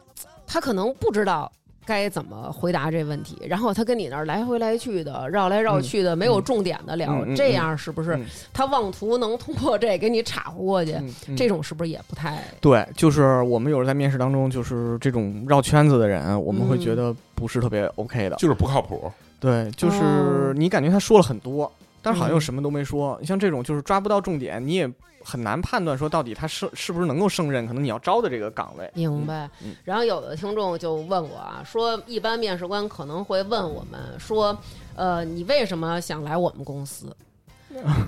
他可能不知道该怎么回答这问题，然后他跟你那儿来回来去的绕来绕去的，没有重点的聊，嗯嗯嗯这样是不是、嗯他妄图能通过这给你岔乎过去？嗯嗯这种是不是也不太对，就是我们有时候在面试当中，就是这种绕圈子的人，我们会嗯觉得不是特别 OK 的。就是不靠谱。对，就哦是你感觉他说了很多，但是好像又嗯什么都没说。你像这种就是抓不到重点，你也很难判断说到底他是是不是能够胜任可能你要招的这个岗 位。明白？嗯嗯然后有的听众就问我啊，说一般面试官可能会问我们说，呃，你为什么想来我们公司？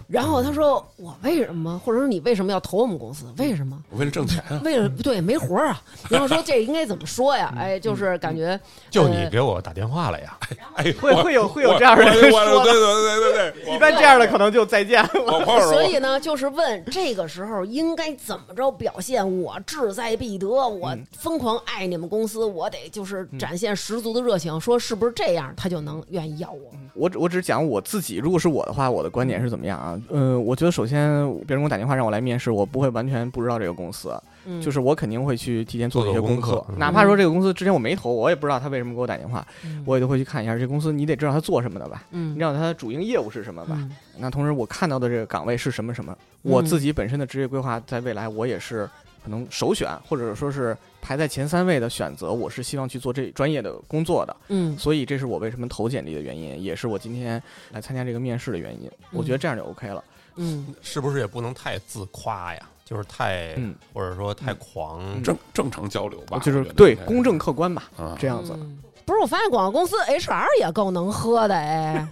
然后他说我为什么，或者说你为什么要投我们公司？为什么？我为了挣钱啊，为了不对没活儿啊，然后说这应该怎么说呀？哎，就是感觉嗯就你给我打电话了呀？哎，会我会有会有我这样的我人我说对对对对对，一般这样的可能就再见了。我我朋友所说以呢，就是问这个时候应该怎么着表现？我志在必得，我嗯疯狂爱你们公司，我得就是展现十足的热情。说是不是这样，他就能愿意要我？我只我只讲我自己，如果是我的话，我的观点是怎么样啊？嗯、我觉得首先别人给我打电话让我来面试，我不会完全不知道这个公司，嗯，就是我肯定会去提前做做一些做功功课课，嗯哪怕说这个公司之前我没投，我也不知道他为什么给我打电话，嗯我也都会去看一下这公司，你得知道他做什么的吧，你嗯知道他的主营业务是什么吧？嗯那同时我看到的这个岗位是什么什么，我嗯自己本身的职业规划，在未来我也是可能首选，或者说是排在前三位的选择，我是希望去做这专业的工作的。嗯所以这是我为什么投简历的原因，也是我今天来参加这个面试的原因。我觉得这样就 OK 了。嗯， 是不是也不能太自夸呀？就是太嗯，或者说太狂，正正常交流吧，哦就是我觉得对应该公正客观吧，啊，这样子。嗯不是，我发现广告公司 HR 也够能喝的 哎，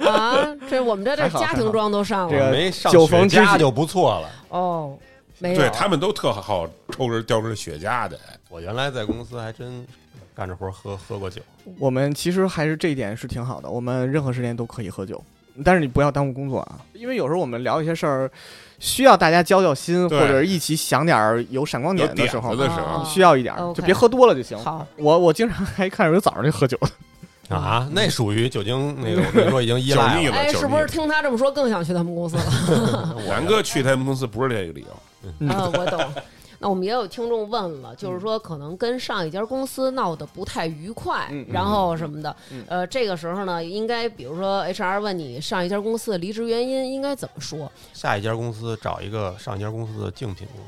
啊，这我们这这还好家庭装都上这了个没上酒逢雪知茄己就不错了。哦，没有对他们都特好抽根叼根雪茄的，我原来在公司还真干着活儿喝喝过酒，我们其实还是这一点是挺好的，我们任何时间都可以喝酒，但是你不要耽误工作啊，因为有时候我们聊一些事儿，需要大家交交心，对或者一起想点儿有闪光有点的点时候子，的时候啊，需要一点儿， OK 就别喝多了就行。好。我我经常还看有人早上就喝酒的，啊，那属于酒精那个，我跟你说已经依赖酒腻了。了哎，就是不是腻听他这么说更想去他们公司了？ 南哥去他们公司不是这个理 由，嗯嗯，我懂。那我们也有听众问了，就是说可能跟上一家公司闹得不太愉快，嗯嗯然后什么的，嗯呃，这个时候呢，应该比如说 HR 问你上一家公司的离职原因，应该怎么说？下一家公司找一个上一家公司的竞品公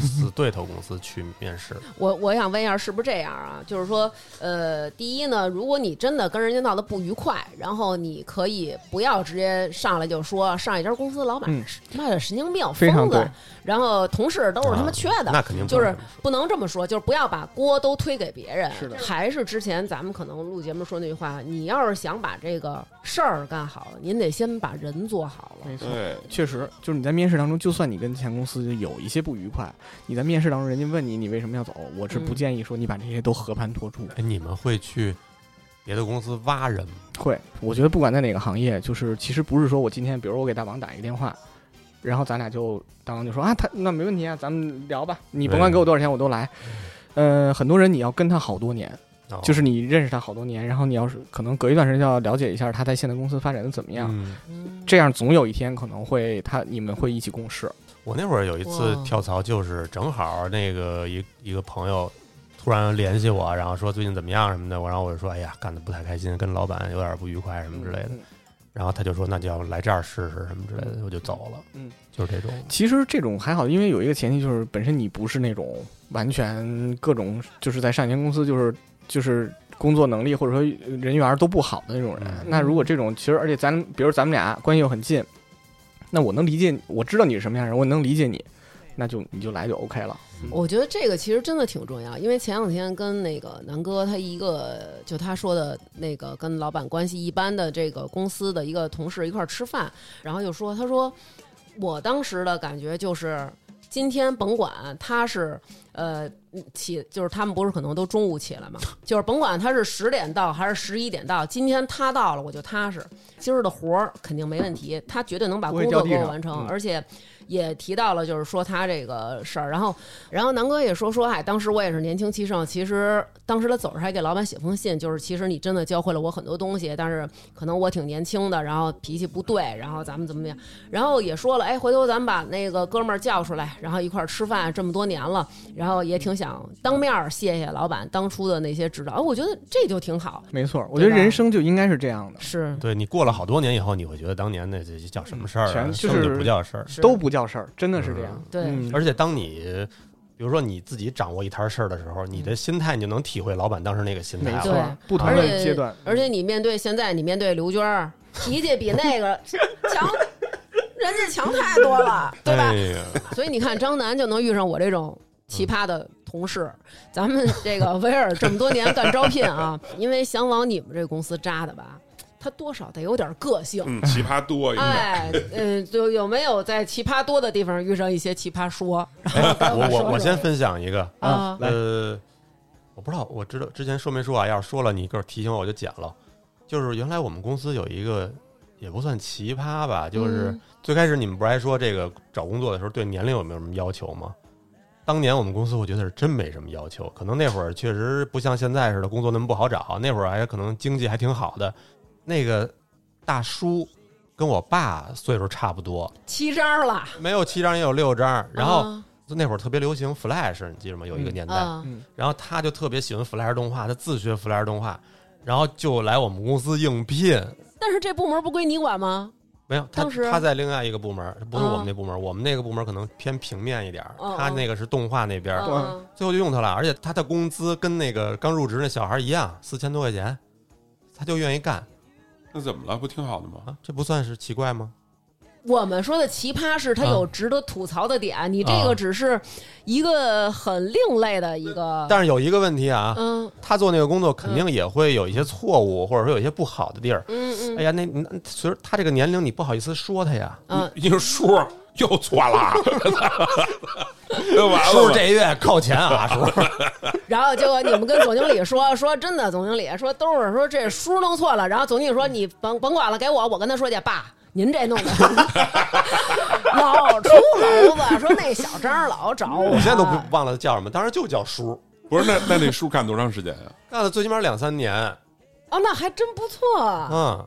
司、死对头公司去面试，我我想问一下，是不是这样啊？就是说，呃，第一呢，如果你真的跟人家闹得不愉快，然后你可以不要直接上来就说上一家公司老板嗯是妈的神经病、非常疯子对，啊然后同事都是他妈缺的，那肯定不就是能这么说不能这么说，就是不要把锅都推给别人。是的还是之前咱们可能录节目说那句话，你要是想把这个事儿干好，您得先把人做好了。没错。对，确实，就是你在面试当中，就算你跟前公司有一些不愉快，你在面试当中，人家问你你为什么要走，我是嗯不建议说你把这些都和盘托出。哎，你们会去别的公司挖人吗？会，我觉得不管在哪个行业，就是其实不是说我今天，比如我给大王打一个电话，然后咱俩就大王就说啊，他那没问题啊，咱们聊吧，你甭管给我多少钱，我都来。呃，很多人你要跟他好多年，嗯哦就是你认识他好多年，然后你要是可能隔一段时间要了解一下他在现在公司发展的怎么样，嗯，嗯这样总有一天可能会他你们会一起共事。我那会儿有一次哇跳槽，就是正好那个一一个朋友突然联系我，然后说最近怎么样什么的，我然后我就说，哎呀，干的不太开心，跟老板有点不愉快什么之类的。嗯然后他就说那就要来这儿试试什么之类的，我就走了。嗯，就是这种。其实这种还好，因为有一个前提就是本身你不是那种完全各种就是在上一间公司就是就是工作能力或者说人缘都不好的那种人。嗯那如果这种其实而且咱比如咱们俩关系又很近，那我能理解你，我知道你是什么样的人，我能理解你，那就你就来就 OK 了。我觉得这个其实真的挺重要，因为前两天跟那个南哥他一个就他说的那个跟老板关系一般的这个公司的一个同事一块儿吃饭，然后就说他说我当时的感觉就是今天甭管他是呃起就是他们不是可能都中午起来嘛，就是甭管他是十点到还是十一点到，今天他到了我就踏实，今儿的活儿肯定没问题，他绝对能把不会工作掉地给我上完成，嗯而且也提到了就是说他这个事儿，然后然后南哥也说说，哎，当时我也是年轻气盛，其实当时他走时还给老板写封信，就是其实你真的教会了我很多东西，但是可能我挺年轻的，然后脾气不对，然后咱们怎么样，然后也说了，哎，回头咱们把那个哥们儿叫出来，然后一块儿吃饭，这么多年了，然后也挺想当面儿谢谢老板当初的那些指导，哎我觉得这就挺好，没错，我觉对得吧人生就应该是这样的，是对你过了好多年以后，你会觉得当年那这这叫什么事儿、啊？全就根本是不叫事儿。是都不叫事儿，真的是这样。对嗯而且当你比如说你自己掌握一摊事儿的时候，你的心态你就能体会老板当时那个心态嗯没了。错对，不同而的且阶段，而且你面对现在，你面对刘娟儿，脾气比那个强，人家强太多了，对吧哎？呀，所以你看，张楠就能遇上我这种奇葩的同事。咱们这个威尔这么多年干招聘啊，因为想往你们这公司扎的吧，他多少得有点个性。嗯，奇葩多一点。哎，嗯，就有没有在奇葩多的地方遇上一些奇葩说哎我我我先分享一个，啊？来呃，我不知道，我知道之前说没说啊？要是说了，你一个提醒我，我就剪了。就是原来我们公司有一个，也不算奇葩吧，就是嗯最开始你们不是还说这个找工作的时候对年龄有没有什么要求吗？当年我们公司我觉得是真没什么要求，可能那会儿确实不像现在似的工作那么不好找，那会儿还可能经济还挺好的。那个大叔跟我爸岁数差不多，七张了，没有七张也有六张，然后嗯啊那会儿特别流行 Flash，你记着吗？有一个年代，啊然后他就特别喜欢 Flash 动画，他自学 Flash 动画，然后就来我们公司应聘。但是这部门不归你管吗？没有，他当时啊他在另外一个部门，不是嗯我们那部门，我们那个部门可能偏平面一点儿，嗯他嗯那个是动画那边儿，嗯最后就用他了。而且他的工资跟那个刚入职那小孩一样，四千多块钱，他就愿意干那怎么了？不挺好的吗？啊，这不算是奇怪吗？嗯我们说的奇葩是它嗯有值得吐槽的点，你这个只是一个很另类的一个，但是有一个问题啊，嗯他做那个工作肯定也会有一些错误，或者说有一些不好的地儿。嗯哎嗯呀，那那随着他这个年龄，你不好意思说他呀。嗯，一叔又错 了，又啊完叔了吧。这月扣钱啊，叔。然后结果你们跟总经理说 说真的，总经理说都是说这书弄错了，然后总经理说你甭甭管了，给我，我跟他说去，爸，您这弄的 老出篓子，说那小张老找我，我现在都啊不忘了叫什么，当时就叫叔，不是那那那叔干多长时间啊呀？干了最起码两三年，哦，那还真不错啊，嗯，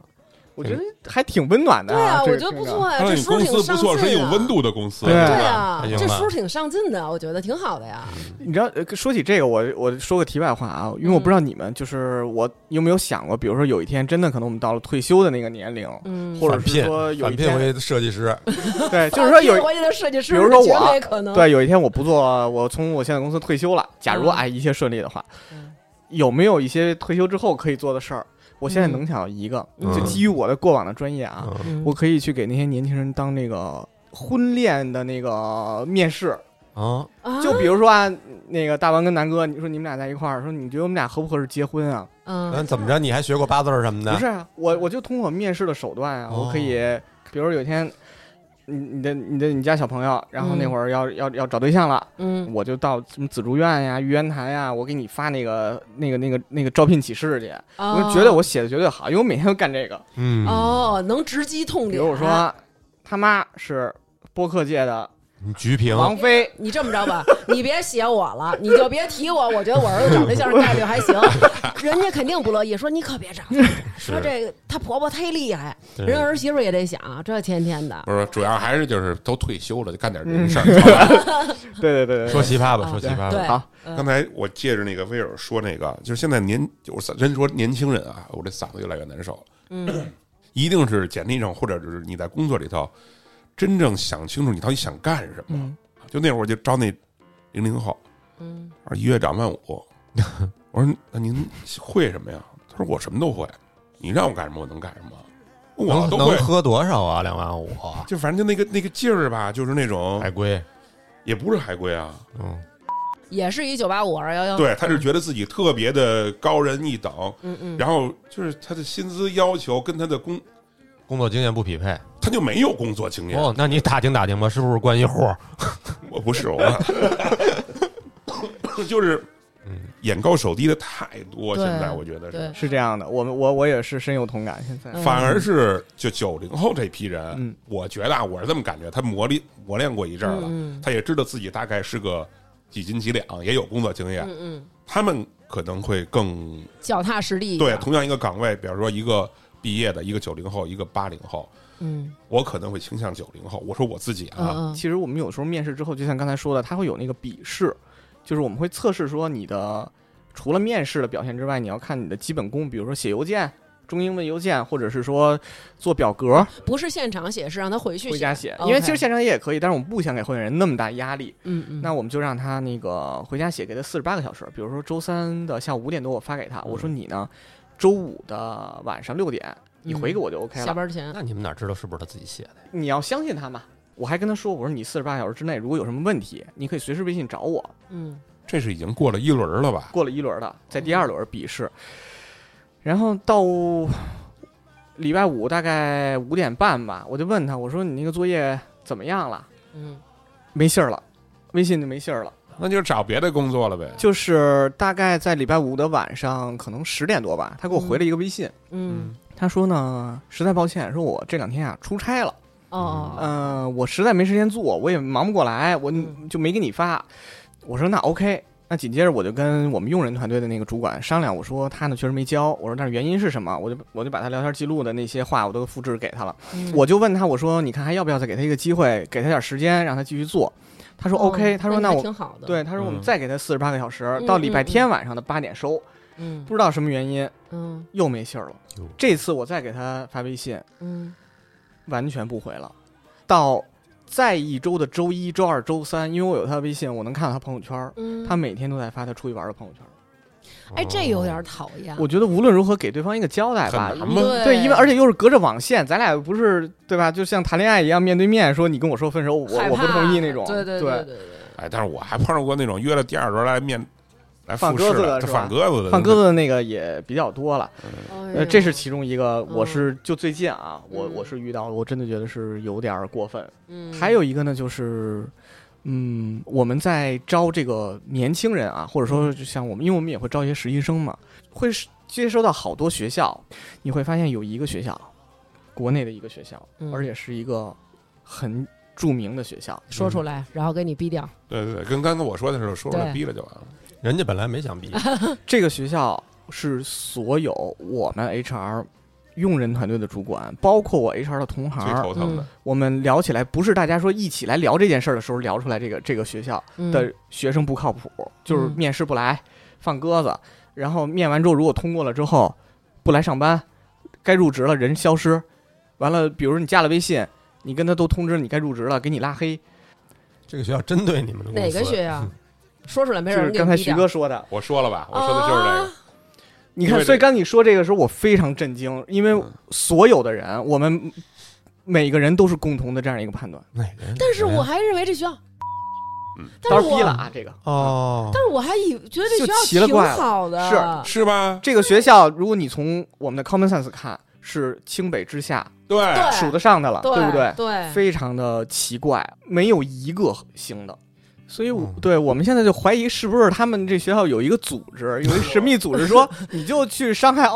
我觉得还挺温暖的、对啊，这我个觉得不这个错呀，他这说你书公挺司不上错，进是有啊温，度的哎公司。对是对吧啊太，行这了书挺上进的，我觉得挺好的呀，你知道，呃说起这个，我我说个题外话啊，因为我嗯不知道你们就是我有没有想过，比如说有一天真的可能我们到了退休的那个年龄，嗯。或者是说有返一聘天，为设计师，嗯对，就是说有国际的设计师，比如说我啊绝对可能，对有一天我不做，我从我现在公司退休了，假如嗯哎一切顺利的话嗯，有没有一些退休之后可以做的事儿？我现在能想到一个，嗯就基于我的过往的专业啊，嗯嗯我可以去给那些年轻人当那个婚恋的那个面试，啊，啊就比如说啊，那个大王跟南哥，你说你们俩在一块儿，说你觉得我们俩合不合适结婚啊？嗯嗯，怎么着？你还学过八字儿什么的？不是啊，我我就通过面试的手段啊，哦我可以，比如有一天，你你的你的你家小朋友，然后嗯那会儿要、要要找对象了，嗯我就到什么紫竹院呀、玉渊台呀，我给你发那个那个那个那个招聘启事去，我就觉得我写的绝对好，因为我每天都 干这个。嗯，哦能直击痛点。比如我说，他妈是播客界的你菊萍，王菲，你这么着吧，你别写我了，你就别提我，我觉得我儿子找对象概率还 行，人家肯定不乐意，说你可别找，说这个她婆婆忒厉害，对人儿媳妇也得想，这天天的。不是，主要还是就是都退休了，就干点嗯 人事儿。对对对对，说奇葩吧，啊说奇葩吧，对，好嗯刚才我借着那个威尔说那个，就是现在年，我咱说年轻人啊，我这嗓子越来越难受了。嗯一定是简历上或者是你在工作里头真正想清楚你到底想干什么。嗯就那会儿我就招那零零后，嗯，我说一月两万五， 我说那您会什么呀？他说我什么都会，你让我干什么我能干什么，我能都能会。喝多少啊？两万五，就反正就那个那个劲儿吧，就是那种海龟，也不是海归啊，嗯，也是一九八五二幺幺，对，他是觉得自己特别的高人一等，嗯嗯，然后就是他的薪资要求跟他的工，工作经验不匹配。他就没有工作经验。哦，那你打听打听吧，是不是关一户？我不是我， 就是眼高手低的太多。对现在我觉得对是，是这样的，我们我我也是深有同感。现在，嗯反而是就九零后这批人，嗯我觉得啊，我是这么感觉，他磨砺磨练过一阵儿了，嗯嗯他也知道自己大概是个几斤几两，也有工作经验，嗯嗯，他们可能会更脚踏实地，对，，同样一个岗位，比如说一个毕业的，一个九零后，一个八零后，嗯我可能会倾向九零后。我说我自己啊，嗯嗯其实我们有时候面试之后，就像刚才说的，他会有那个笔试，就是我们会测试说你的除了面试的表现之外，你要看你的基本功，比如说写邮件、中英文邮件，或者是说做表格不是现场写，是让他回去回家写。 OK 因为其实现场也可以，但是我们不想给会员人那么大压力，嗯嗯，那我们就让他那个回家写，给他四十八个小时。比如说周三的下午五点多我发给嗯他，我说你呢，周五的晚上六点你回给我就 OK 下了。班前，那你们哪知道是不是他自己写的？你要相信他嘛。我还跟他说，我说你四十八小时之内如果有什么问题，你可以随时微信找我。嗯这是已经过了一轮了吧？过了一轮的，在第二轮笔试，然后到礼拜五大概五点半吧，我就问他，我说你那个作业怎么样了？嗯没信儿了，微信就没信儿了。那就找别的工作了呗。就是大概在礼拜五的晚上，可能十点多吧，他给我回了一个微信，嗯，他说呢，实在抱歉，说我这两天啊出差了，哦哦，呃，我实在没时间做，我也忙不过来，我嗯就没给你发。我说那 OK，那紧接着我就跟我们用人团队的那个主管商量，我说他呢确实没交，我说但是原因是什么？我就我就把他聊天记录的那些话我都复制给他了，嗯我就问他我说你看还要不要再给他一个机会，给他点时间让他继续做？他说 OK，、哦他说那还我挺好的，对他说我们嗯再给他四十八个小时，嗯到礼拜嗯天晚上的八点收，嗯不知道什么原因嗯又没信儿了哟。这次我再给他发微信，嗯，完全不回了。到再一周的周一周二周三，因为我有他的微信，我能看到他朋友圈儿，嗯他每天都在发他出去玩的朋友圈儿。哎，这有点讨厌，哦我觉得无论如何给对方一个交代吧很。难吗？嗯对对，因为而且又是隔着网线，咱俩又不是对吧？就像谈恋爱一样，面对面说你跟我说分手，我害我不怕同意那种。对对对对对，哎，但是我还碰上过那种约了第二轮来面来复试放鸽子的就是吧放鸽子的，放鸽子的那个也比较多了，哎呃，呦这是其中一个。我嗯是就最近啊，我嗯我是遇到，我真的觉得是有点儿过分。嗯还有一个呢，就是，嗯，我们在招这个年轻人啊，或者说嗯就像我们，因为我们也会招一些实习生嘛，会是接收到好多学校，你会发现有一个学校，国内的一个学校，嗯而且是一个很著名的学校，说出来，然后给你逼掉，对对对，跟刚才我说的时候说出来对逼了就完了。人家本来没想 毕业，这个学校是所有我们 HR 用人团队的主管，包括我 HR 的同最行，头疼嗯的，我们聊起来不是大家说一起来聊这件事儿的时候聊出来这个这个学校。嗯的学生不靠谱，就是面试不来，放鸽子，然后面完之后如果通过了之后不来上班，该入职了人消失，完了，比如说你加了微信，你跟他都通知你该入职了，给你拉黑，这个学校针对你们的公司哪个学校？说出来没嗯就人是给你刚才逼徐掉哥说的。我说了吧，我说的就是啊这个。你因为看，这所以刚你说这个时候，我非常震惊，因为嗯所有的人，我们每个人都是共同的这样一个判断，哪个人？但是我还认为这学校嗯，当但是然逼了我啊，这个哦但，是我还以觉得这就学奇校了挺怪了好的，是是吧？这个学校，如果你从我们的 common sense 看，是清北之下对，对数得上的了，对不对？对，非常的奇怪，没有一个行的。所以我，嗯对我们现在就怀疑是不是他们这学校有一个组织，有一神秘组织说你就去伤害奥，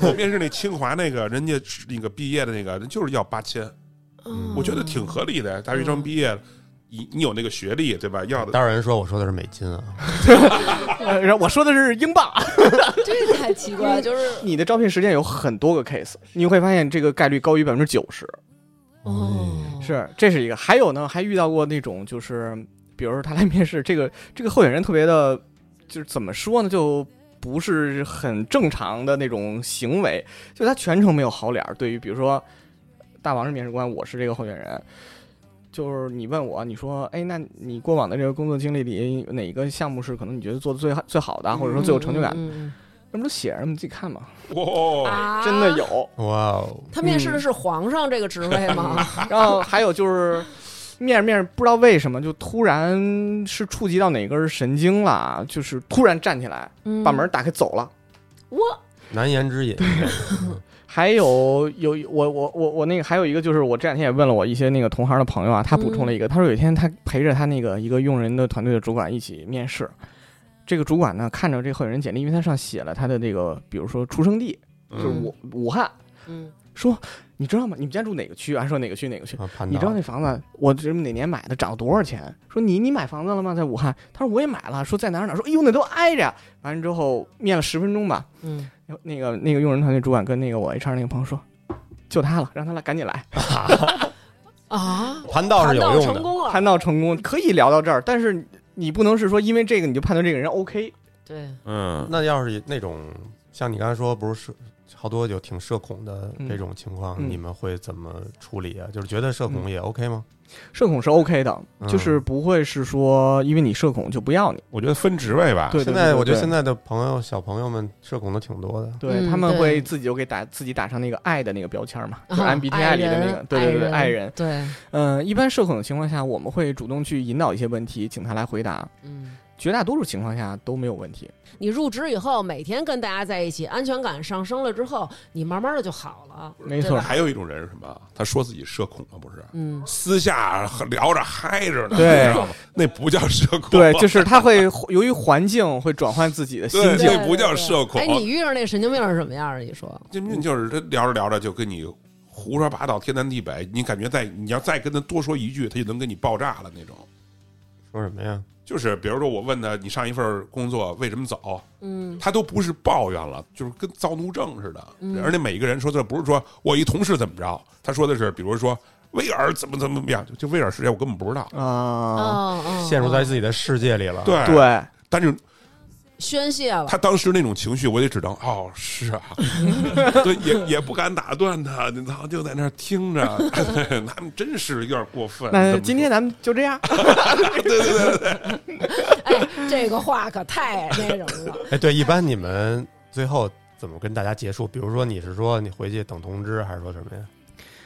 我面试那清华那个人家是那个毕业的那个，人就是要八千，嗯我觉得挺合理的。大学生毕业，你你有那个学历对吧？要的当然人说我说的是美金啊，呃然后我说的是英镑。 这个太奇怪了，就是你的招聘实践有很多个 case，你会发现这个概率高于百分之九十，哦，嗯是这是一个。还有呢，还遇到过那种就是，比如说他来面试，这个这个候选人特别的，就是怎么说呢，就不是很正常的那种行为，就他全程没有好脸儿。对于比如说，大王是面试官，我是这个候选人，就是你问我，你说，哎，那你过往的这个工作经历里，哪一个项目是可能你觉得做的最好最好的，或者说最有成就感的？嗯嗯那不都写着吗？你自己看吧，哇、嗯啊真的有。嗯哇哦，他面试的是皇上这个职位吗？然后还有就是。面着面着不知道为什么就突然是触及到哪根神经了，啊就是突然站起来嗯把门打开走了，我难言之隐。还有有我我我我那个还有一个就是我这两天也问了我一些那个同行的朋友啊，他补充了一个，他说有一天他陪着他那个一个用人的团队的主管一起面试，这个主管呢看着这候选人简历，因为他上写了他的这个比如说出生地就是嗯武武汉，嗯说你知道吗？你们家住哪个区？啊？说哪个区哪个区？ 啊，盘你知道道那房子我这哪年买的，涨了多少钱？说你你买房子了吗？在武汉？他说我也买了。说在哪儿哪儿？说哎呦那都挨着。完了之后面了十分钟吧，嗯，那个那个用人团队主管跟那个我 HR 那个朋友说，就他了，让他来赶紧来，啊，盘道是有用成的，功了，谈到成功可以聊到这儿，但是你不能是说因为这个你就判断这个人 OK，对，嗯，那要是那种像你刚才说，不是社好多有挺社恐的这种情况，嗯嗯嗯你们会怎么处理啊？就是觉得社恐也 OK 吗？社恐是 OK 的，嗯就是不会是说因为你社恐就不要你，我觉得分职位吧，对啊现在我觉得对现在的朋友小朋友们社恐的挺多的，对嗯他们会对自己就给打自己打上那个爱的那个标签嘛，就是啊 MBTI 里的那个，人对对对，爱爱人，对，嗯，一般社恐的情况下，我们会主动去引导一些问题，请他来回答，嗯。绝大多数情况下都没有问题，你入职以后，每天跟大家在一起，安全感上升了之后，你慢慢的就好了。没对错吧，还有一种人是什么？他说自己社恐啊了，不是？嗯，私下聊着嗨着呢，对你知道吗那不叫社恐，对，就是他 会由于环境会转换自己的心对境。这不叫社恐哎，你遇上那神经病是什么样儿？啊你说，这明就是他聊着聊着就跟你胡说八道，天南地北，你感觉再你要再跟他多说一句，他就能跟你爆炸了那种。说什么呀？就是比如说我问他你上一份工作为什么走，嗯他都不是抱怨了，就是跟躁怒症似的。嗯而且每一个人说的不是说我一同事怎么着，他说的是比如说威尔怎么怎么怎么样，就就威尔世界我根本不知道。嗯啊，哦哦，陷入在哦自己的世界里了。，嗯对，对，但是宣泄了他。当时那种情绪，我也只能哦，是啊， 对，也也不敢打断他，你操，就在那儿听着， 他们真是有点过分。那怎么今天咱们就这样。哎，这个话可太那什么了。哎，对，一般你们最后怎么跟大家结束？比如说你是说你回去等通知，还是说什么呀？嗯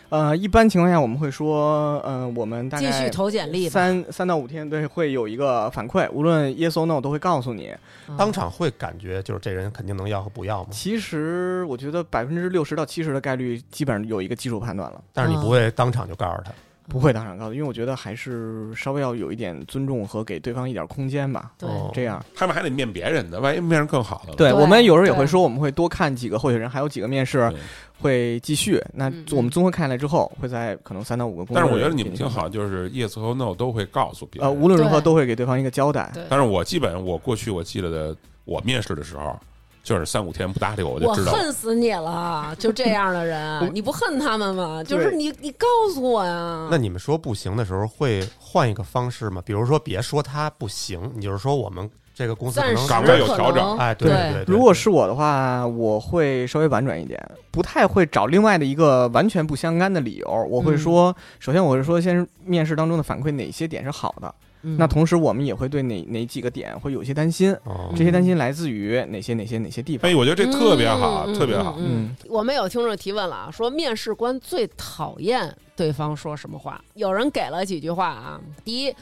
呃，一般情况下我们会说，呃，我们大继续概投简历吧。三三到五天，对，会有一个反馈，无论 yes or no 都会告诉你。哦嗯当场会感觉就是这人肯定能要和不要吗？其实我觉得百分之六十到七十的概率，基本上有一个基础判断了，但嗯是你不会当场就告诉他。不会当场告诉，因为我觉得还是稍微要有一点尊重和给对方一点空间吧。对哦这样，他们还得面别人的，万一面上更好的了。对对我们有时候也会对说，我们会多看几个候选人，还有几个面试对会继续。那嗯我们综合看来之后，会在可能三到五个工作但日。是我觉得你们挺好，就是 yes 和 no 都会告诉别人。呃，无论如何对都会给对方一个交代。对但是我基本我过去我记得的，我面试的时候就是三五天不搭理我，我就我知道。恨死你了，就这样的人，你不恨他们吗？就是对你，你告诉我呀。那你们说不行的时候，会换一个方式吗？比如说，别说他不行，你就是说我们这个公司可暂能时岗位有可调整能哎，对对对。对如果是我的话，我会稍微婉转一点，不太会找另外的一个完全不相干的理由。我嗯会说，首先我是说，先面试当中的反馈哪些点是好的，嗯那同时我们也会对哪哪几个点会有些担心，哦嗯这些担心来自于哪些哪些哪些地方哎，。我觉得这特别好，嗯特别好。嗯，我们有听众提问了啊，说面试官最讨厌对方说什么话？有人给了几句话啊。第一，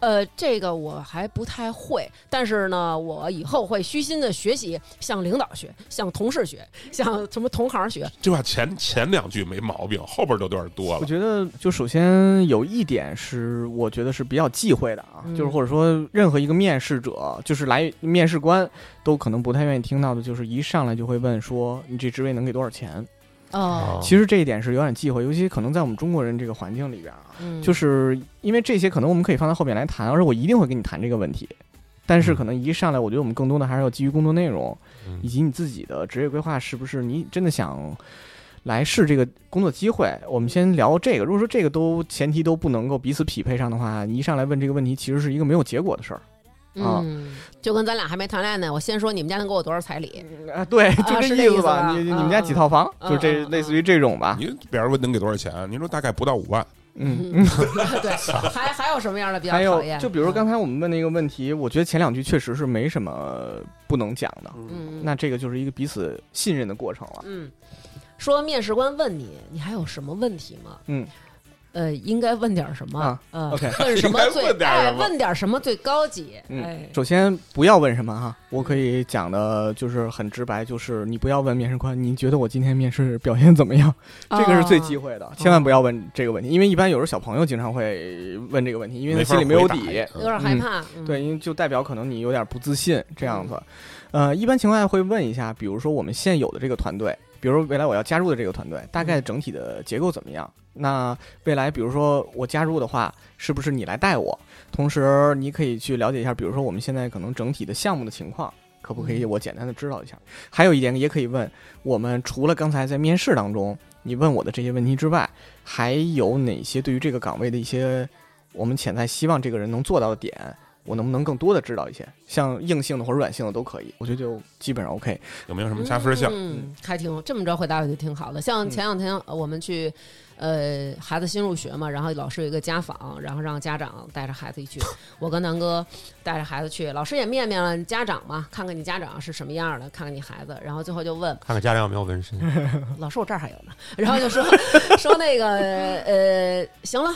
呃，这个我还不太会，但是呢，我以后会虚心的学习，向领导学，向同事学，向什么同行学。这话前前两句没毛病，后边就有点多我了。觉得，就首先有一点是，我觉得是比较忌讳的啊，嗯就是或者说任何一个面试者，就是来面试官都可能不太愿意听到的，就是一上来就会问说你这职位能给多少钱。哦，其实这一点是有点忌讳，尤其可能在我们中国人这个环境里边啊，嗯就是因为这些可能我们可以放在后面来谈，而且我一定会跟你谈这个问题。但嗯是可能一上来，我觉得我们更多的还是要基于工作内容，嗯以及你自己的职业规划是不是你真的想来试这个工作机会。我们先聊这个，如果说这个都前提都不能够彼此匹配上的话，你一上来问这个问题，其实是一个没有结果的事儿。啊嗯，就跟咱俩还没谈恋爱呢，我先说你们家能给我多少彩礼？啊，对，就啊是这这意意思吧。吧你嗯你们家几套房？嗯就这嗯嗯类似于这种吧。你比方说能给多少钱？您说大概不到五万，嗯，嗯， 对，还还有什么样的比较还有讨厌？嗯就比如刚才我们问的一个问题，我觉得前两句确实是没什么不能讲的。嗯，那这个就是一个彼此信任的过程了。嗯，说面试官问你，你还有什么问题吗？嗯，呃，应该问点什么？啊呃 OK 问 什么应该最问点哎什么问点什么最高级？嗯哎，首先不要问什么哈，我可以讲的就是很直白，就是你不要问面试官，你觉得我今天面试表现怎么样？哦这个是最忌讳。讳的，千万不要问这个问题，因为一般有时候小朋友经常会问这个问题，因为他心里没有法回底有答。点害怕，嗯，对，因为就代表可能你有点不自信这样子。呃，一般情况下会问一下，比如说我们现有的这个团队，比如未来我要加入的这个团队，大概整体的结构怎么样？那未来比如说我加入的话，是不是你来带我？同时你可以去了解一下，比如说我们现在可能整体的项目的情况。可不可以？我简单的知道一下。还有一点也可以问，我们除了刚才在面试当中你问我的这些问题之外，还有哪些对于这个岗位的一些我们潜在希望这个人能做到的点？我能不能更多的知道一些，像硬性的或者软性的都可以，我觉得就基本上 OK。有没有什嗯，么加分项？嗯，还挺这么着回答我觉得挺好的。嗯像前两天呃我们去，呃，孩子新入学嘛，然后老师有一个家访，然后让家长带着孩子一 去，我跟南哥带着孩子去，老师也面面了家长嘛，看看你家长是什么样的，看看你孩子，然后最后就问看看家长有没有纹身。老师，我这儿还有呢。 然后就说说那个呃，行了，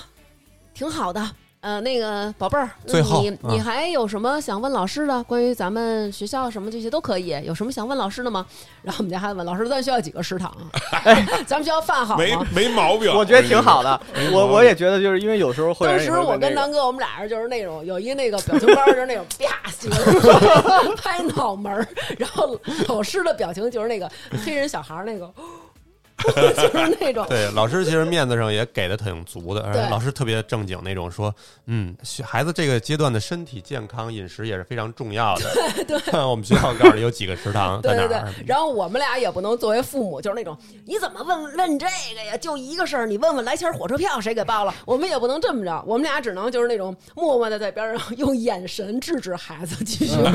挺好的。呃，那个宝贝儿，那最后你、啊你还有什么想问老师的？关于咱们学校什么这些都可以，有什么想问老师的吗？ 然后我们家孩子问老师，咱们学校几个食堂啊？ 咱们学校饭好没吗？没毛病，嗯我觉得挺好的，啊我我我也觉得就是因为有时候会当员也时会我问这跟个南哥，我们俩人就是那种有一那个表情包，就是那种啪几个 拍脑门儿，然后老师的表情就是那个黑人小孩儿那个， 就是那种 对，老师其实面子上也给的挺足的，而且对老师特别正经那种，说，嗯，学孩子这个阶段的身体健康、饮食也是非常重要的。对 我们学校告诉你有几个食堂在对哪对儿。嗯对，然后我们俩也不能作为父母，就是那种你怎么问问这个呀？就一个事儿，你问问来钱儿火车票谁给报了？我们也不能这么着，我们俩只能就是那种默默的在边上用眼神制止孩子继 续问。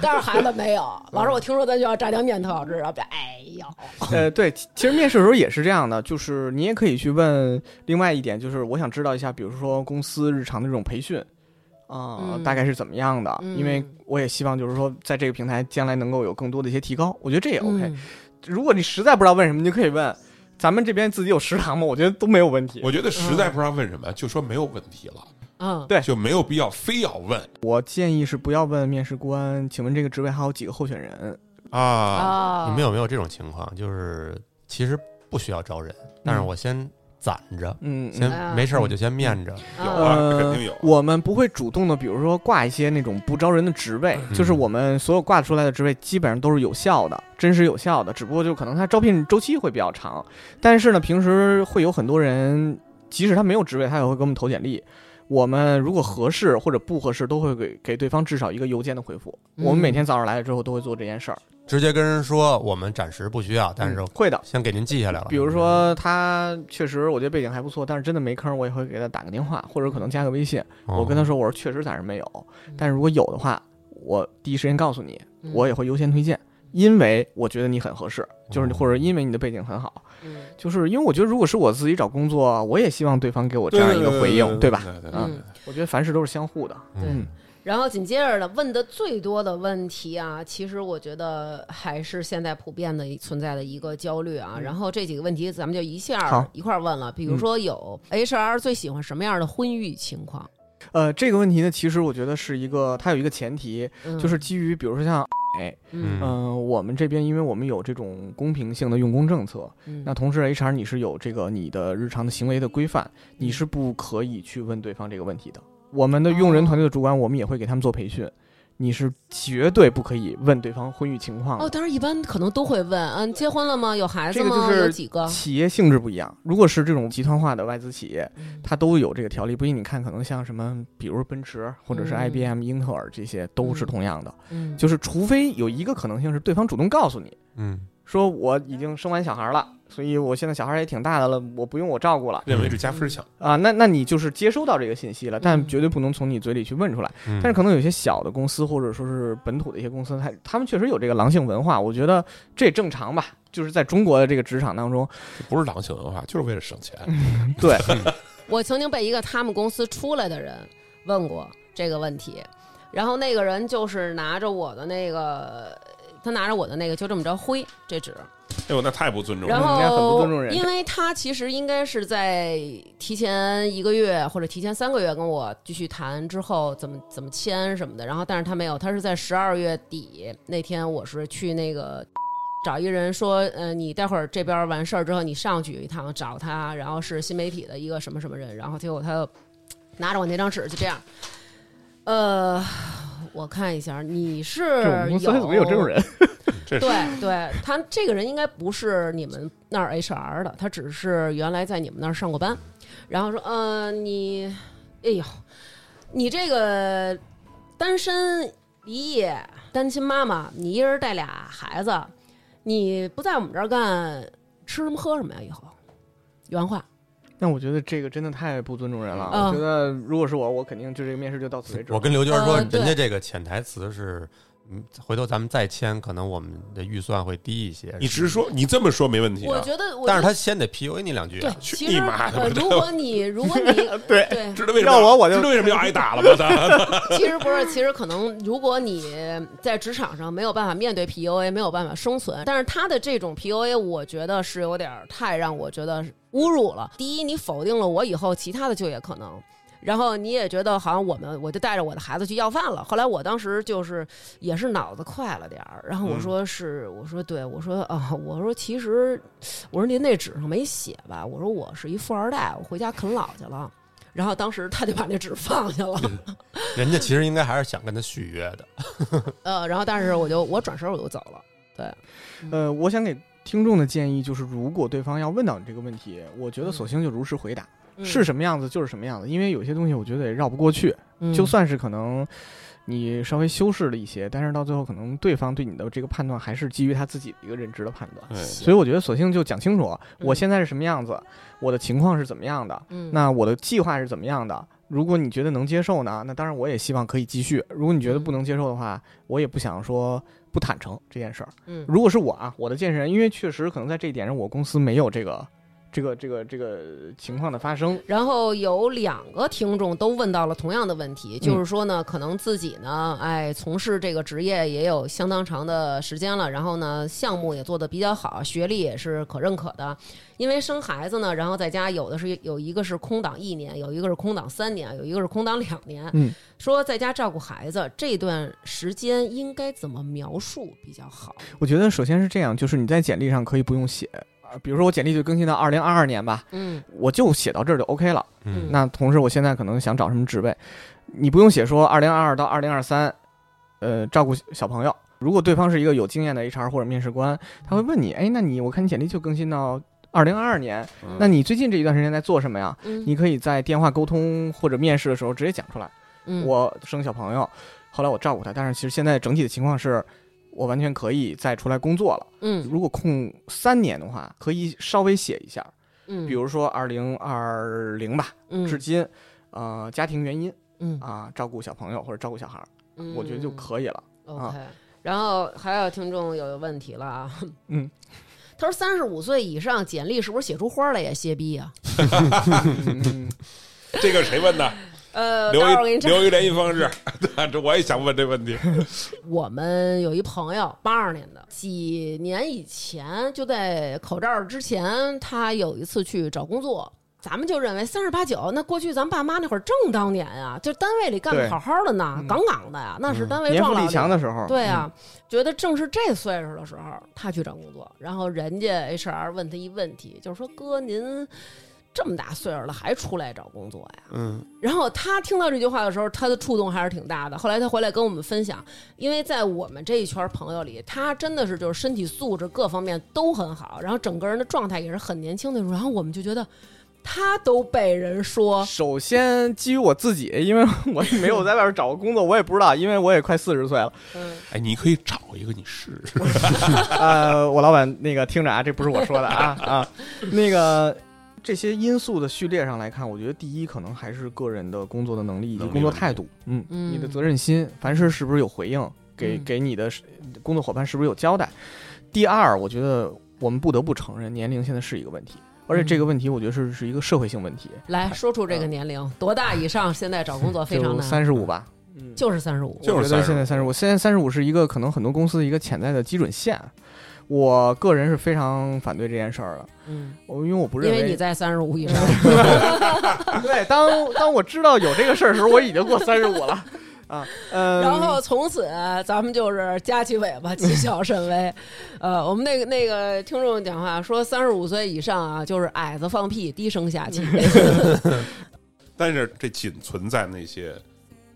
但是孩子没有，老师，我听说咱学校炸酱面特好吃，然后哎呦，呃，对，其其实面试的时候也是这样的，就是你也可以去问。另外一点就是，我想知道一下，比如说公司日常的这种培训，啊、嗯大概是怎么样的？因为嗯我也希望就是说，在这个平台将来能够有更多的一些提高，我觉得这嗯也 OK。如嗯果你实在不知道问什么，你就可以问咱们这边自己有食堂吗？我觉得都没有问题。我觉得实嗯在不知道问什么，就说没有问题了，嗯，对就没有必要非要问我建议是不要问面试官，请问这个职位还有几个候选人？啊。啊你们有没有这种情况？就是其实不需要招人，但是我先攒着，嗯，嗯先没事儿我就先面着。有啊啊，呃肯定有啊。我们不会主动的，比如说挂一些那种不招人的职位，嗯就是我们所有挂出来的职位基本上都是有效的，真实有效的，只不过就可能它招聘周期会比较长。但是呢，平时会有很多人，即使他没有职位，他也会给我们投简历。我们如果合适或者不合适，都会给给对方至少一个邮件的回复。我们每天早上来了之后都会做这件事儿，直接跟人说我们暂时不需要，但是嗯会的。先给您记下来了。比如说他确实我觉得背景还不错，但是真的没坑，我也会给他打个电话，或者可能加个微信。哦，我跟他说，我说确实暂时没有，但是如果有的话，我第一时间告诉你，嗯我也会优先推荐，因为我觉得你很合适，就是哦或者因为你的背景很好，嗯就是因为我觉得如果是我自己找工作，我也希望对方给我这对样一个回应，对吧？？对啊嗯，我觉得凡事都是相互的，对嗯，然后紧接着呢，问的最多的问题啊，其实我觉得还是现在普遍的存在的一个焦虑啊。嗯然后这几个问题咱们就一下好嗯儿一块儿问了，比如说有 HR 最喜欢什么样的婚育情况？呃，这个问题呢，其实我觉得是一个，它有一个前提，嗯、就是基于比如说像。哎，嗯嗯嗯、我们这边因为我们有这种公平性的用工政策，嗯那同时 HR 你是有这个你的日常的行为的规范，嗯你是不可以去问对方这个问题的。我们的用人团队的主管，我们也会给他们做培训，你是绝对不可以问对方婚育情况哦，的。当然一般可能都会问，嗯，结婚了吗？有孩子这个吗？就是有几个？企业性质不一样，如果是这种集团化的外资企业，它都有这个条例。不信你看，可能像什么，比如奔驰或者是嗯 IBM、英特尔这些，都是嗯同样的。嗯，就是除非有一个可能性是对方主动告诉你，嗯，说我已经生完小孩了，所以我现在小孩也挺大的了，我不用我照顾了认为是加分项。啊。那那你就是接收到这个信息了，但嗯绝对不能从你嘴里去问出来。嗯但是可能有些小的公司或者说是本土的一些公司，它他们确实有这个狼性文化，我觉得这也正常吧。就是在中国的这个职场当中，这不是狼性文化，就是为了省钱。对，我曾经被一个他们公司出来的人问过这个问题，然后那个人就是拿着我的那个，他拿着我的那个就这么着挥这纸，哎呦，那太不尊重然了。应该很不后尊重人因为他其实应该是在提前一个月或者提前三个月跟我继续谈之后怎么怎么签什么的，然后但是他没有，他是在十二月底那天我是去那个。 找一人说，呃，你待会儿这边完事儿之后，你上去一趟找他，然后是新媒体的一个什么什么人，然后结果他拿着我那张纸就这样，呃，我看一下，你是这我们公司还怎么有这种人？ 这是对对，他这个人应该不是你们那儿 HR 的，他只是呃原来在你们那儿上过班，然后说，呃，你，哎呦，你这个单身离异单亲妈妈，你一人带俩孩子，你不在我们这儿干，吃什么喝什么呀？以后，原话，但我觉得这个真的太不尊重人了。嗯我觉得如果是我，我肯定就这个面试就到此为止。我跟刘娟说，呃人对家这个潜台词是，嗯，回头咱们再签，可能我们的预算会低一些。你直说，你这么说没问题我啊。觉得我，但是他先得 PUA 你两句对啊，，去其你实妈的呃，我都如果你如果你 对对知道为什么要我我就知道为什么要挨打了吗？ 他其实不是，其实可能如果你在职场上没有办法面对 PUA，没有办法生存，但是他的这种 PUA，我觉得是有点儿太让我觉得侮辱了。第一，你否定了我以后其他的就业可能。然后你也觉得好像我们，我就带着我的孩子去要饭了。后来我当时就是也是脑子快了点儿，然后我说是，我说对，我说啊，我说其实，我说您那纸上没写吧？我说我是一富二代，我回家啃老去了。然后当时他就把那纸放下了。人家其实应该还是想跟他续约的。呃，然后但是我就我转身我就走了。呃，我想给听众的建议就是，如果对方要问到你这个问题，我觉得嗯索性就如实回答，是什么样子就是什么样子。因为有些东西我觉得也绕不过去，嗯，就算是可能你稍微修饰了一些，但是到最后可能对方对你的这个判断还是基于他自己的一个认知的判断。对嗯所以我觉得索性就讲清楚，我嗯现在是什么样子，我的情况是怎么样的，嗯，那我的计划是怎么样的？如果你觉得能接受呢，那当然我也希望可以继续；如果你觉得不能接受的话，我也不想说不坦诚这件事儿。嗯如果是我啊，我的见识人，因为确实可能在这一点上，我公司没有这个、这个、这个、这个情况的发生。然后有两个听众都问到了同样的问题，嗯就是说呢，可能自己呢，哎，从事这个职业也有相当长的时间了，然后呢，项目也做得比较好，学历也是可认可的。因为生孩子呢，然后在家有的是有一个是空档一年，有一个是空档三年，有一个是空档两年。嗯，说在家照顾孩子这段时间应该怎么描述比较好？我觉得首先是这样，就是你在简历上可以不用写，啊比如说我简历就更新到二零二二年吧，嗯我就写到这儿就 OK 了。嗯那同时，我现在可能想找什么职位，你不用写说二零二二到二零二三，呃，照顾小朋友。如果对方是一个有经验的 HR 或者面试官，他会问你，哎，那你我看你简历就更新到二零二二年，那你最近这一段时间在做什么呀？嗯，你可以在电话沟通或者面试的时候直接讲出来，嗯我生小朋友，后来我照顾他，但是其实现在整体的情况是。我完全可以再出来工作了。嗯如果空三年的话，可以稍微写一下，嗯，比如说二零二零吧，嗯至今，呃，家庭原因嗯啊，照顾小朋友或者照顾小孩儿，嗯我觉得就可 以了。啊 OK，然后还有听众有问题了啊，嗯，他说三十五岁以上简历是不是写出花来呀？歇逼啊！嗯，这个谁问的？呃，留待会儿我给一你查。留一联系方式。 对这我也想问这问题。我们有一朋友八二年的，几年以前就在口罩之前，他有一次去找工作。咱们就认为三十八九，那过去咱爸妈那会儿正当年啊，就单位里干对得好好的呢嗯，杠杠的呀，那是单位年壮富老力年强的时候，对啊，觉得正是这岁数的时候，他去找工作，然后人家 HR 问他一问题，就是说哥您这么大岁数了还出来找工作呀？嗯，然后他听到这句话的时候，他的触动还是挺大的。后来他回来跟我们分享，因为在我们这一圈朋友里，他真的是就是身体素质各方面都很好，然后整个人的状态也是很年轻的时候，然后我们就觉得他都被人说，首先，基于我自己，因为我也没有在外边找过工作，我也不知道，因为我也快四十岁了。嗯，哎，你可以找一个你试试。呃，我老板那个听着啊，这不是我说的啊啊，那个这些因素的序列上来看，我觉得第一可能还是个人的工作的能力以及能力工作问题态度，嗯，嗯你的责任心，凡事是不是有回应，给嗯给你的是工作伙伴是不是有交代。第二，我觉得我们不得不承认，年龄现在是一个问题，而且这个嗯问题我觉得是是一个社会性问题，来说出这个年龄，多大以上现在找工作非常就难，三十五吧，嗯，就是三十五，就是我觉得35现在三十五，现在三十五是一个可能很多公司的一个潜在的基准线。我个人是非常反对这件事儿的，嗯，我因为我不认因为为你在三十五以上， 对，当当我知道有这个事儿的时候，我已经过三十五了啊。呃，然后从此咱们就是夹起尾巴，谨小慎 微。呃，我们那个那个听众讲话说，三十五岁以上啊，就是矮子放屁，低声 下气，但是这仅存在那些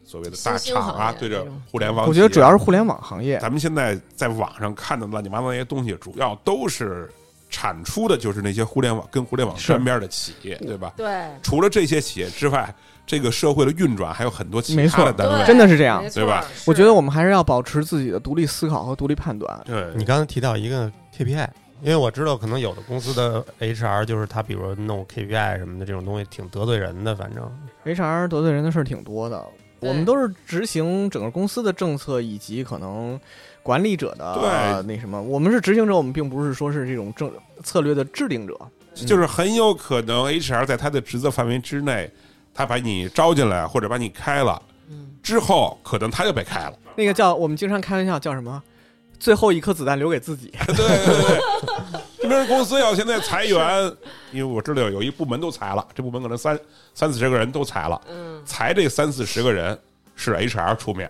所谓的大新兴厂啊行，业对这着种互联网企业，我觉得主要是互联网行业，咱们现在在网上看的乱七八糟那些东西，主要都是产出的就是那些互联网跟互联网沾边的企业，对吧？对。除了这些企业之外，这个社会的运转还有很多其没他错的单位。真的是这样没错对吧？是我觉得我们还是要保持自己的独立思考和独立判断。对，你刚才提到一个 KPI，因为我知道可能有的公司嗯的 HR 就是他，比如说弄 KPI 什么的这种东西，挺得罪人的。反正 HR 得罪人的事儿挺多的，对我们都是执行整个公司的政策以及可能管理者的对呃那什么，我们是执行者，我们并不是说是这种政策略的制定者。就是很有可能 HR 在他的职责范围之内，他把你招进来或者把你开了嗯，之后，可能他就被开了。那个叫我们经常开玩笑叫什么？最后一颗子弹留给自己。 对对对， 这边公司要现在裁员，因为我知道有一部门都裁了，这部门可能三三四十个人都裁了，嗯，裁这三四十个人是 HR 出面。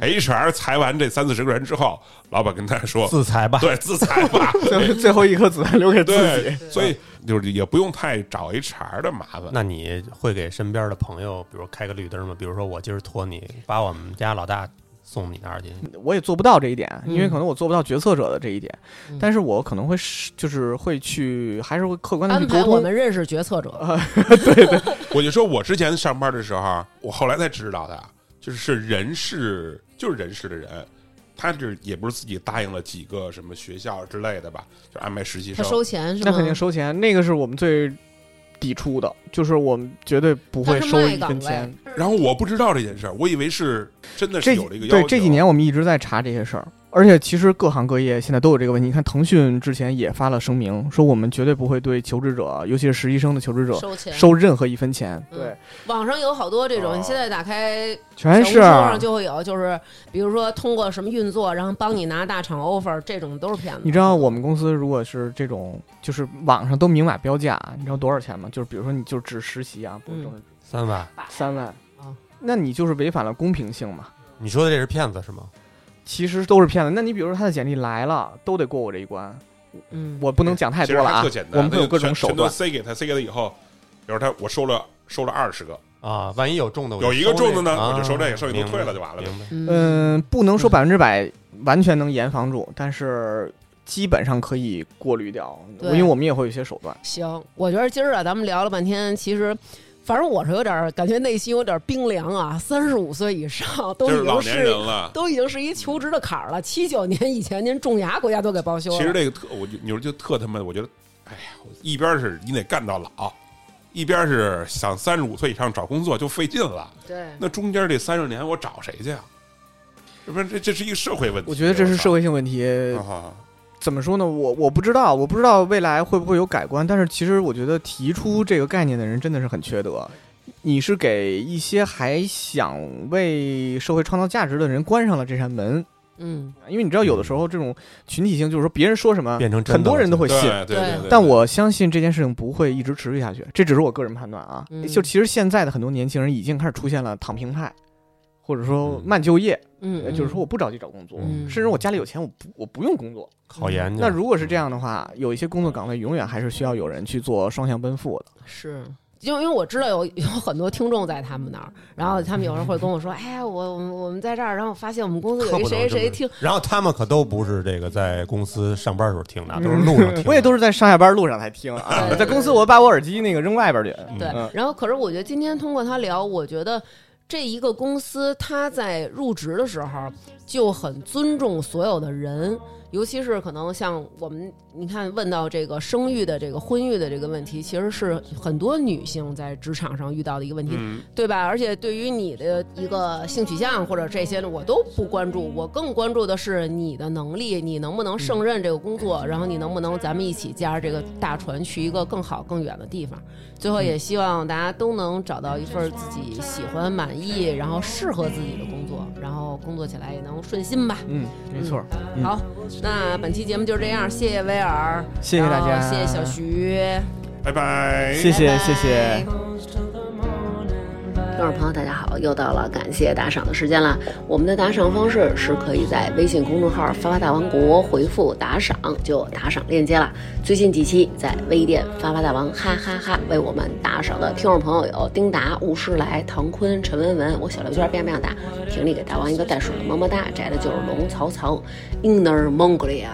HR 裁完这三四十个人之后，老板跟他说自裁：“吧，对，自裁吧。最最后一颗子弹留给自己。对，所以就是也不用太找 HR 的麻烦。那你会给身边的朋友，比如开个绿灯吗？比如说我今儿托你把我们家老大送你那儿去，我也做不到这一点，嗯因为可能我做不到决策者的这一点，嗯但是我可能会是就是会去，还是会客观的去安沟排我通。啊们认识决策者， 我就说，我之前上班的时候，啊我后来才知道的，就是是人事，就是人事的人，他是也不是自己答应了几个什么学校之类的吧，就安排实习他生。收钱是吗？那肯定收钱，那个是我们最抵触的，就是我们绝对不会收一分他是卖钱。然后我不知道这件事儿，我以为是真的这是几有这个要对求。这几年我们一直在查这些事儿，而且其实各行各业现在都有这个问题。你看，腾讯之前也发了声明，说我们绝对不会对求职者，尤其是实习生的求职者收钱。收任何一分钱。嗯，网上有好多这种，哦你现在打开全小是啊红书上就会有，就是比如说通过什么运作，然后帮你拿大厂 offer，这种都是骗子。你知道我们公司如果是这种，就是网上都明码标价，啊你知道多少钱吗？就是比如说你就只实习啊，不是嗯正式三万。三万啊，那你就是违反了公平性嘛。你说的这是骗子是吗？其实都是骗子。那你比如说他的简历来了，都得过我这一关，嗯，我不能讲太其多实了还啊特简。单，我们会有那各全种手全都段。塞给他，塞给他以后，比如他我收了收了二十个，啊，万一有中的我就有一个收这中的呢啊我就收这个剩下都明白退了就完了呗明白。嗯，嗯，不能说嗯百分之百完全能严防住，但是基本上可以过滤掉，对因为我们也会有一些手段。行，我觉得今儿啊，咱们聊了半天，其实。反正我是有点儿感觉内心有点儿冰凉啊，三十五岁以上都就已是老经年是人了。都已经是一求职的坎儿了。七九年以前，您种牙国家都给报销其实了。这个特，我就你说就特他妈，我觉得，哎呀，我一边是你得干到老，一边是想三十五岁以上找工作就费劲了。对，那中间这三十年我找谁去啊？这不是这这是一个社会问题。我觉得这是社会。会性问题，啊怎么说呢？我我不知道，我不知道未来会不会有改观。但是其实我觉得提出这个概念的人真的是很缺德。你是给一些还想为社会创造价值的人关上了这扇门，嗯，因为你知道，有的时候这种群体性就是说别人说什么，变成真的很多人都会对信。对对对。但我相信这件事情不会一直持续下去，这只是我个人判断啊。嗯就其实现在的很多年轻人已经开始出现了躺平派，或者说嗯慢就业，嗯，嗯就是说我不着急找工作，嗯甚至我家里有钱，我不我不用工作。考嗯研去了那如果是这样的话，有一些工作岗位永远还是需要有人去做双向奔赴的。是。就因为我知道有有很多听众在他们那儿，然后他们有人会跟我说：“哎，我我们我们在这儿，然后我发现我们公司有一谁谁谁听，然后他们可都不是这个在公司上班时候 听的，都是路上听的。我也都是在上下班路上才听啊，对在公司我把我耳机那个扔外边去。对嗯，然后可是我觉得今天通过他聊，我觉得这一个公司他在入职的时候就很尊重所有的人，尤其是可能像我们，你看问到这个生育的这个婚育的这个问题，其实是很多女性在职场上遇到的一个问题，嗯，对吧？而且对于你的一个性取向或者这些的，我都不关注，我更关注的是你的能力，你能不能胜任这个工作，然后你能不能咱们一起驾着这个大船去一个更好、更远的地方。嗯最后也希望大家都能找到一份自己喜欢、满意，然后适合自己的工作，然后工作起来也能顺心吧。嗯，没错，嗯好，那本期节目就是这样，谢谢威尔，谢谢大家然后谢谢小徐。拜拜，谢谢拜拜谢谢。听众朋友，大家好，又到了感谢打赏的时间了。我们的打赏方式是可以在微信公众号“发发大王国”回复“打赏”就有打赏链接了。最近几期在微店“发发大王”哈哈哈为我们打赏的听众朋友有丁达、吴师来、唐坤、陈文文、我小刘娟、变变大、婷丽给大王一个带水的么么哒、宅的就是龙、曹操、Inner Mongolia。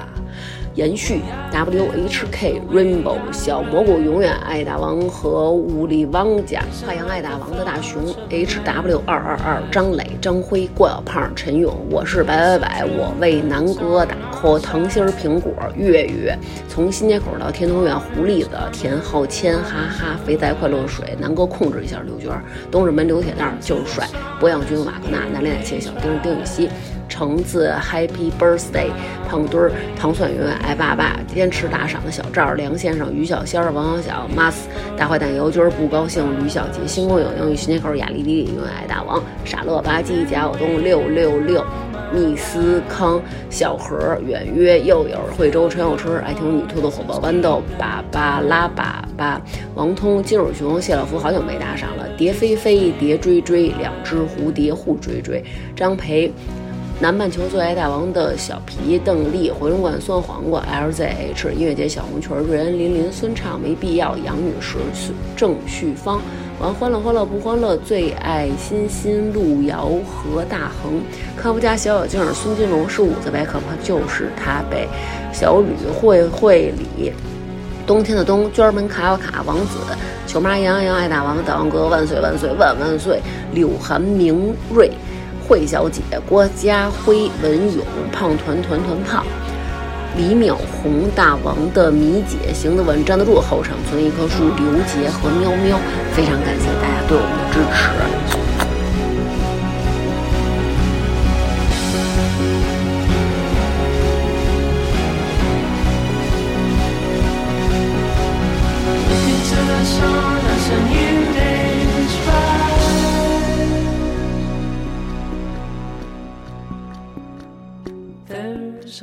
延续 W H K Rainbow 小蘑菇永远爱大王和乌里汪家太阳爱大王的大熊 H W 二二二张磊张辉郭小胖陈勇我是白白白我为南哥打 call 糖心儿苹果月月从新街口到天通苑狐狸的田浩谦哈哈肥宅快乐水南哥控制一下刘娟儿东直门刘铁蛋儿就是帅博养君瓦格纳南脸切小丁儿丁禹兮橙子 Happy Birthday，胖墩儿、糖蒜圆圆、爱爸爸、坚持打赏的小赵、梁先生、于小仙儿、王小小、Mas、大坏蛋姚军儿不高兴、吕小杰、星光影英语新街口、雅丽丽丽、永远爱大王、傻乐吧唧、贾晓东六六六。密斯康、小何、远约、又友、惠州、陈小春、爱听女兔的火爆豌豆、粑粑拉粑粑、王通、金手熊、谢老夫，好久没打赏了。蝶飞飞、蝶追追、两只蝴蝶互追追、张培、南半球最爱大王的小皮、邓丽、回龙观酸黄瓜、LZH 音乐节小红裙、瑞恩、林林、孙畅没必要、杨女士、郑旭芳。玩欢乐欢乐不欢乐，最爱欣欣、路遥和大恒、康夫家小小静儿、孙金龙是五子白可怕就是他呗，小吕、慧慧李。冬天的冬，娟儿门卡卡卡王子，球妈杨洋爱大王，大王哥万岁万岁万万岁，柳涵明锐，惠小姐，郭家辉，文勇，胖团团团胖。李淼红大王的米姐行得稳站得住，后场村一棵树，刘杰和喵喵，非常感谢大家对我们的支持。啊 Looking to the sun, that's a new day's rise. There's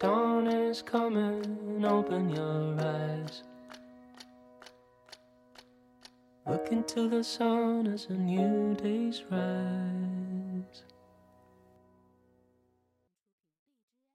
Dawn is coming, open your eyes. Look into the sun as a new day's rise.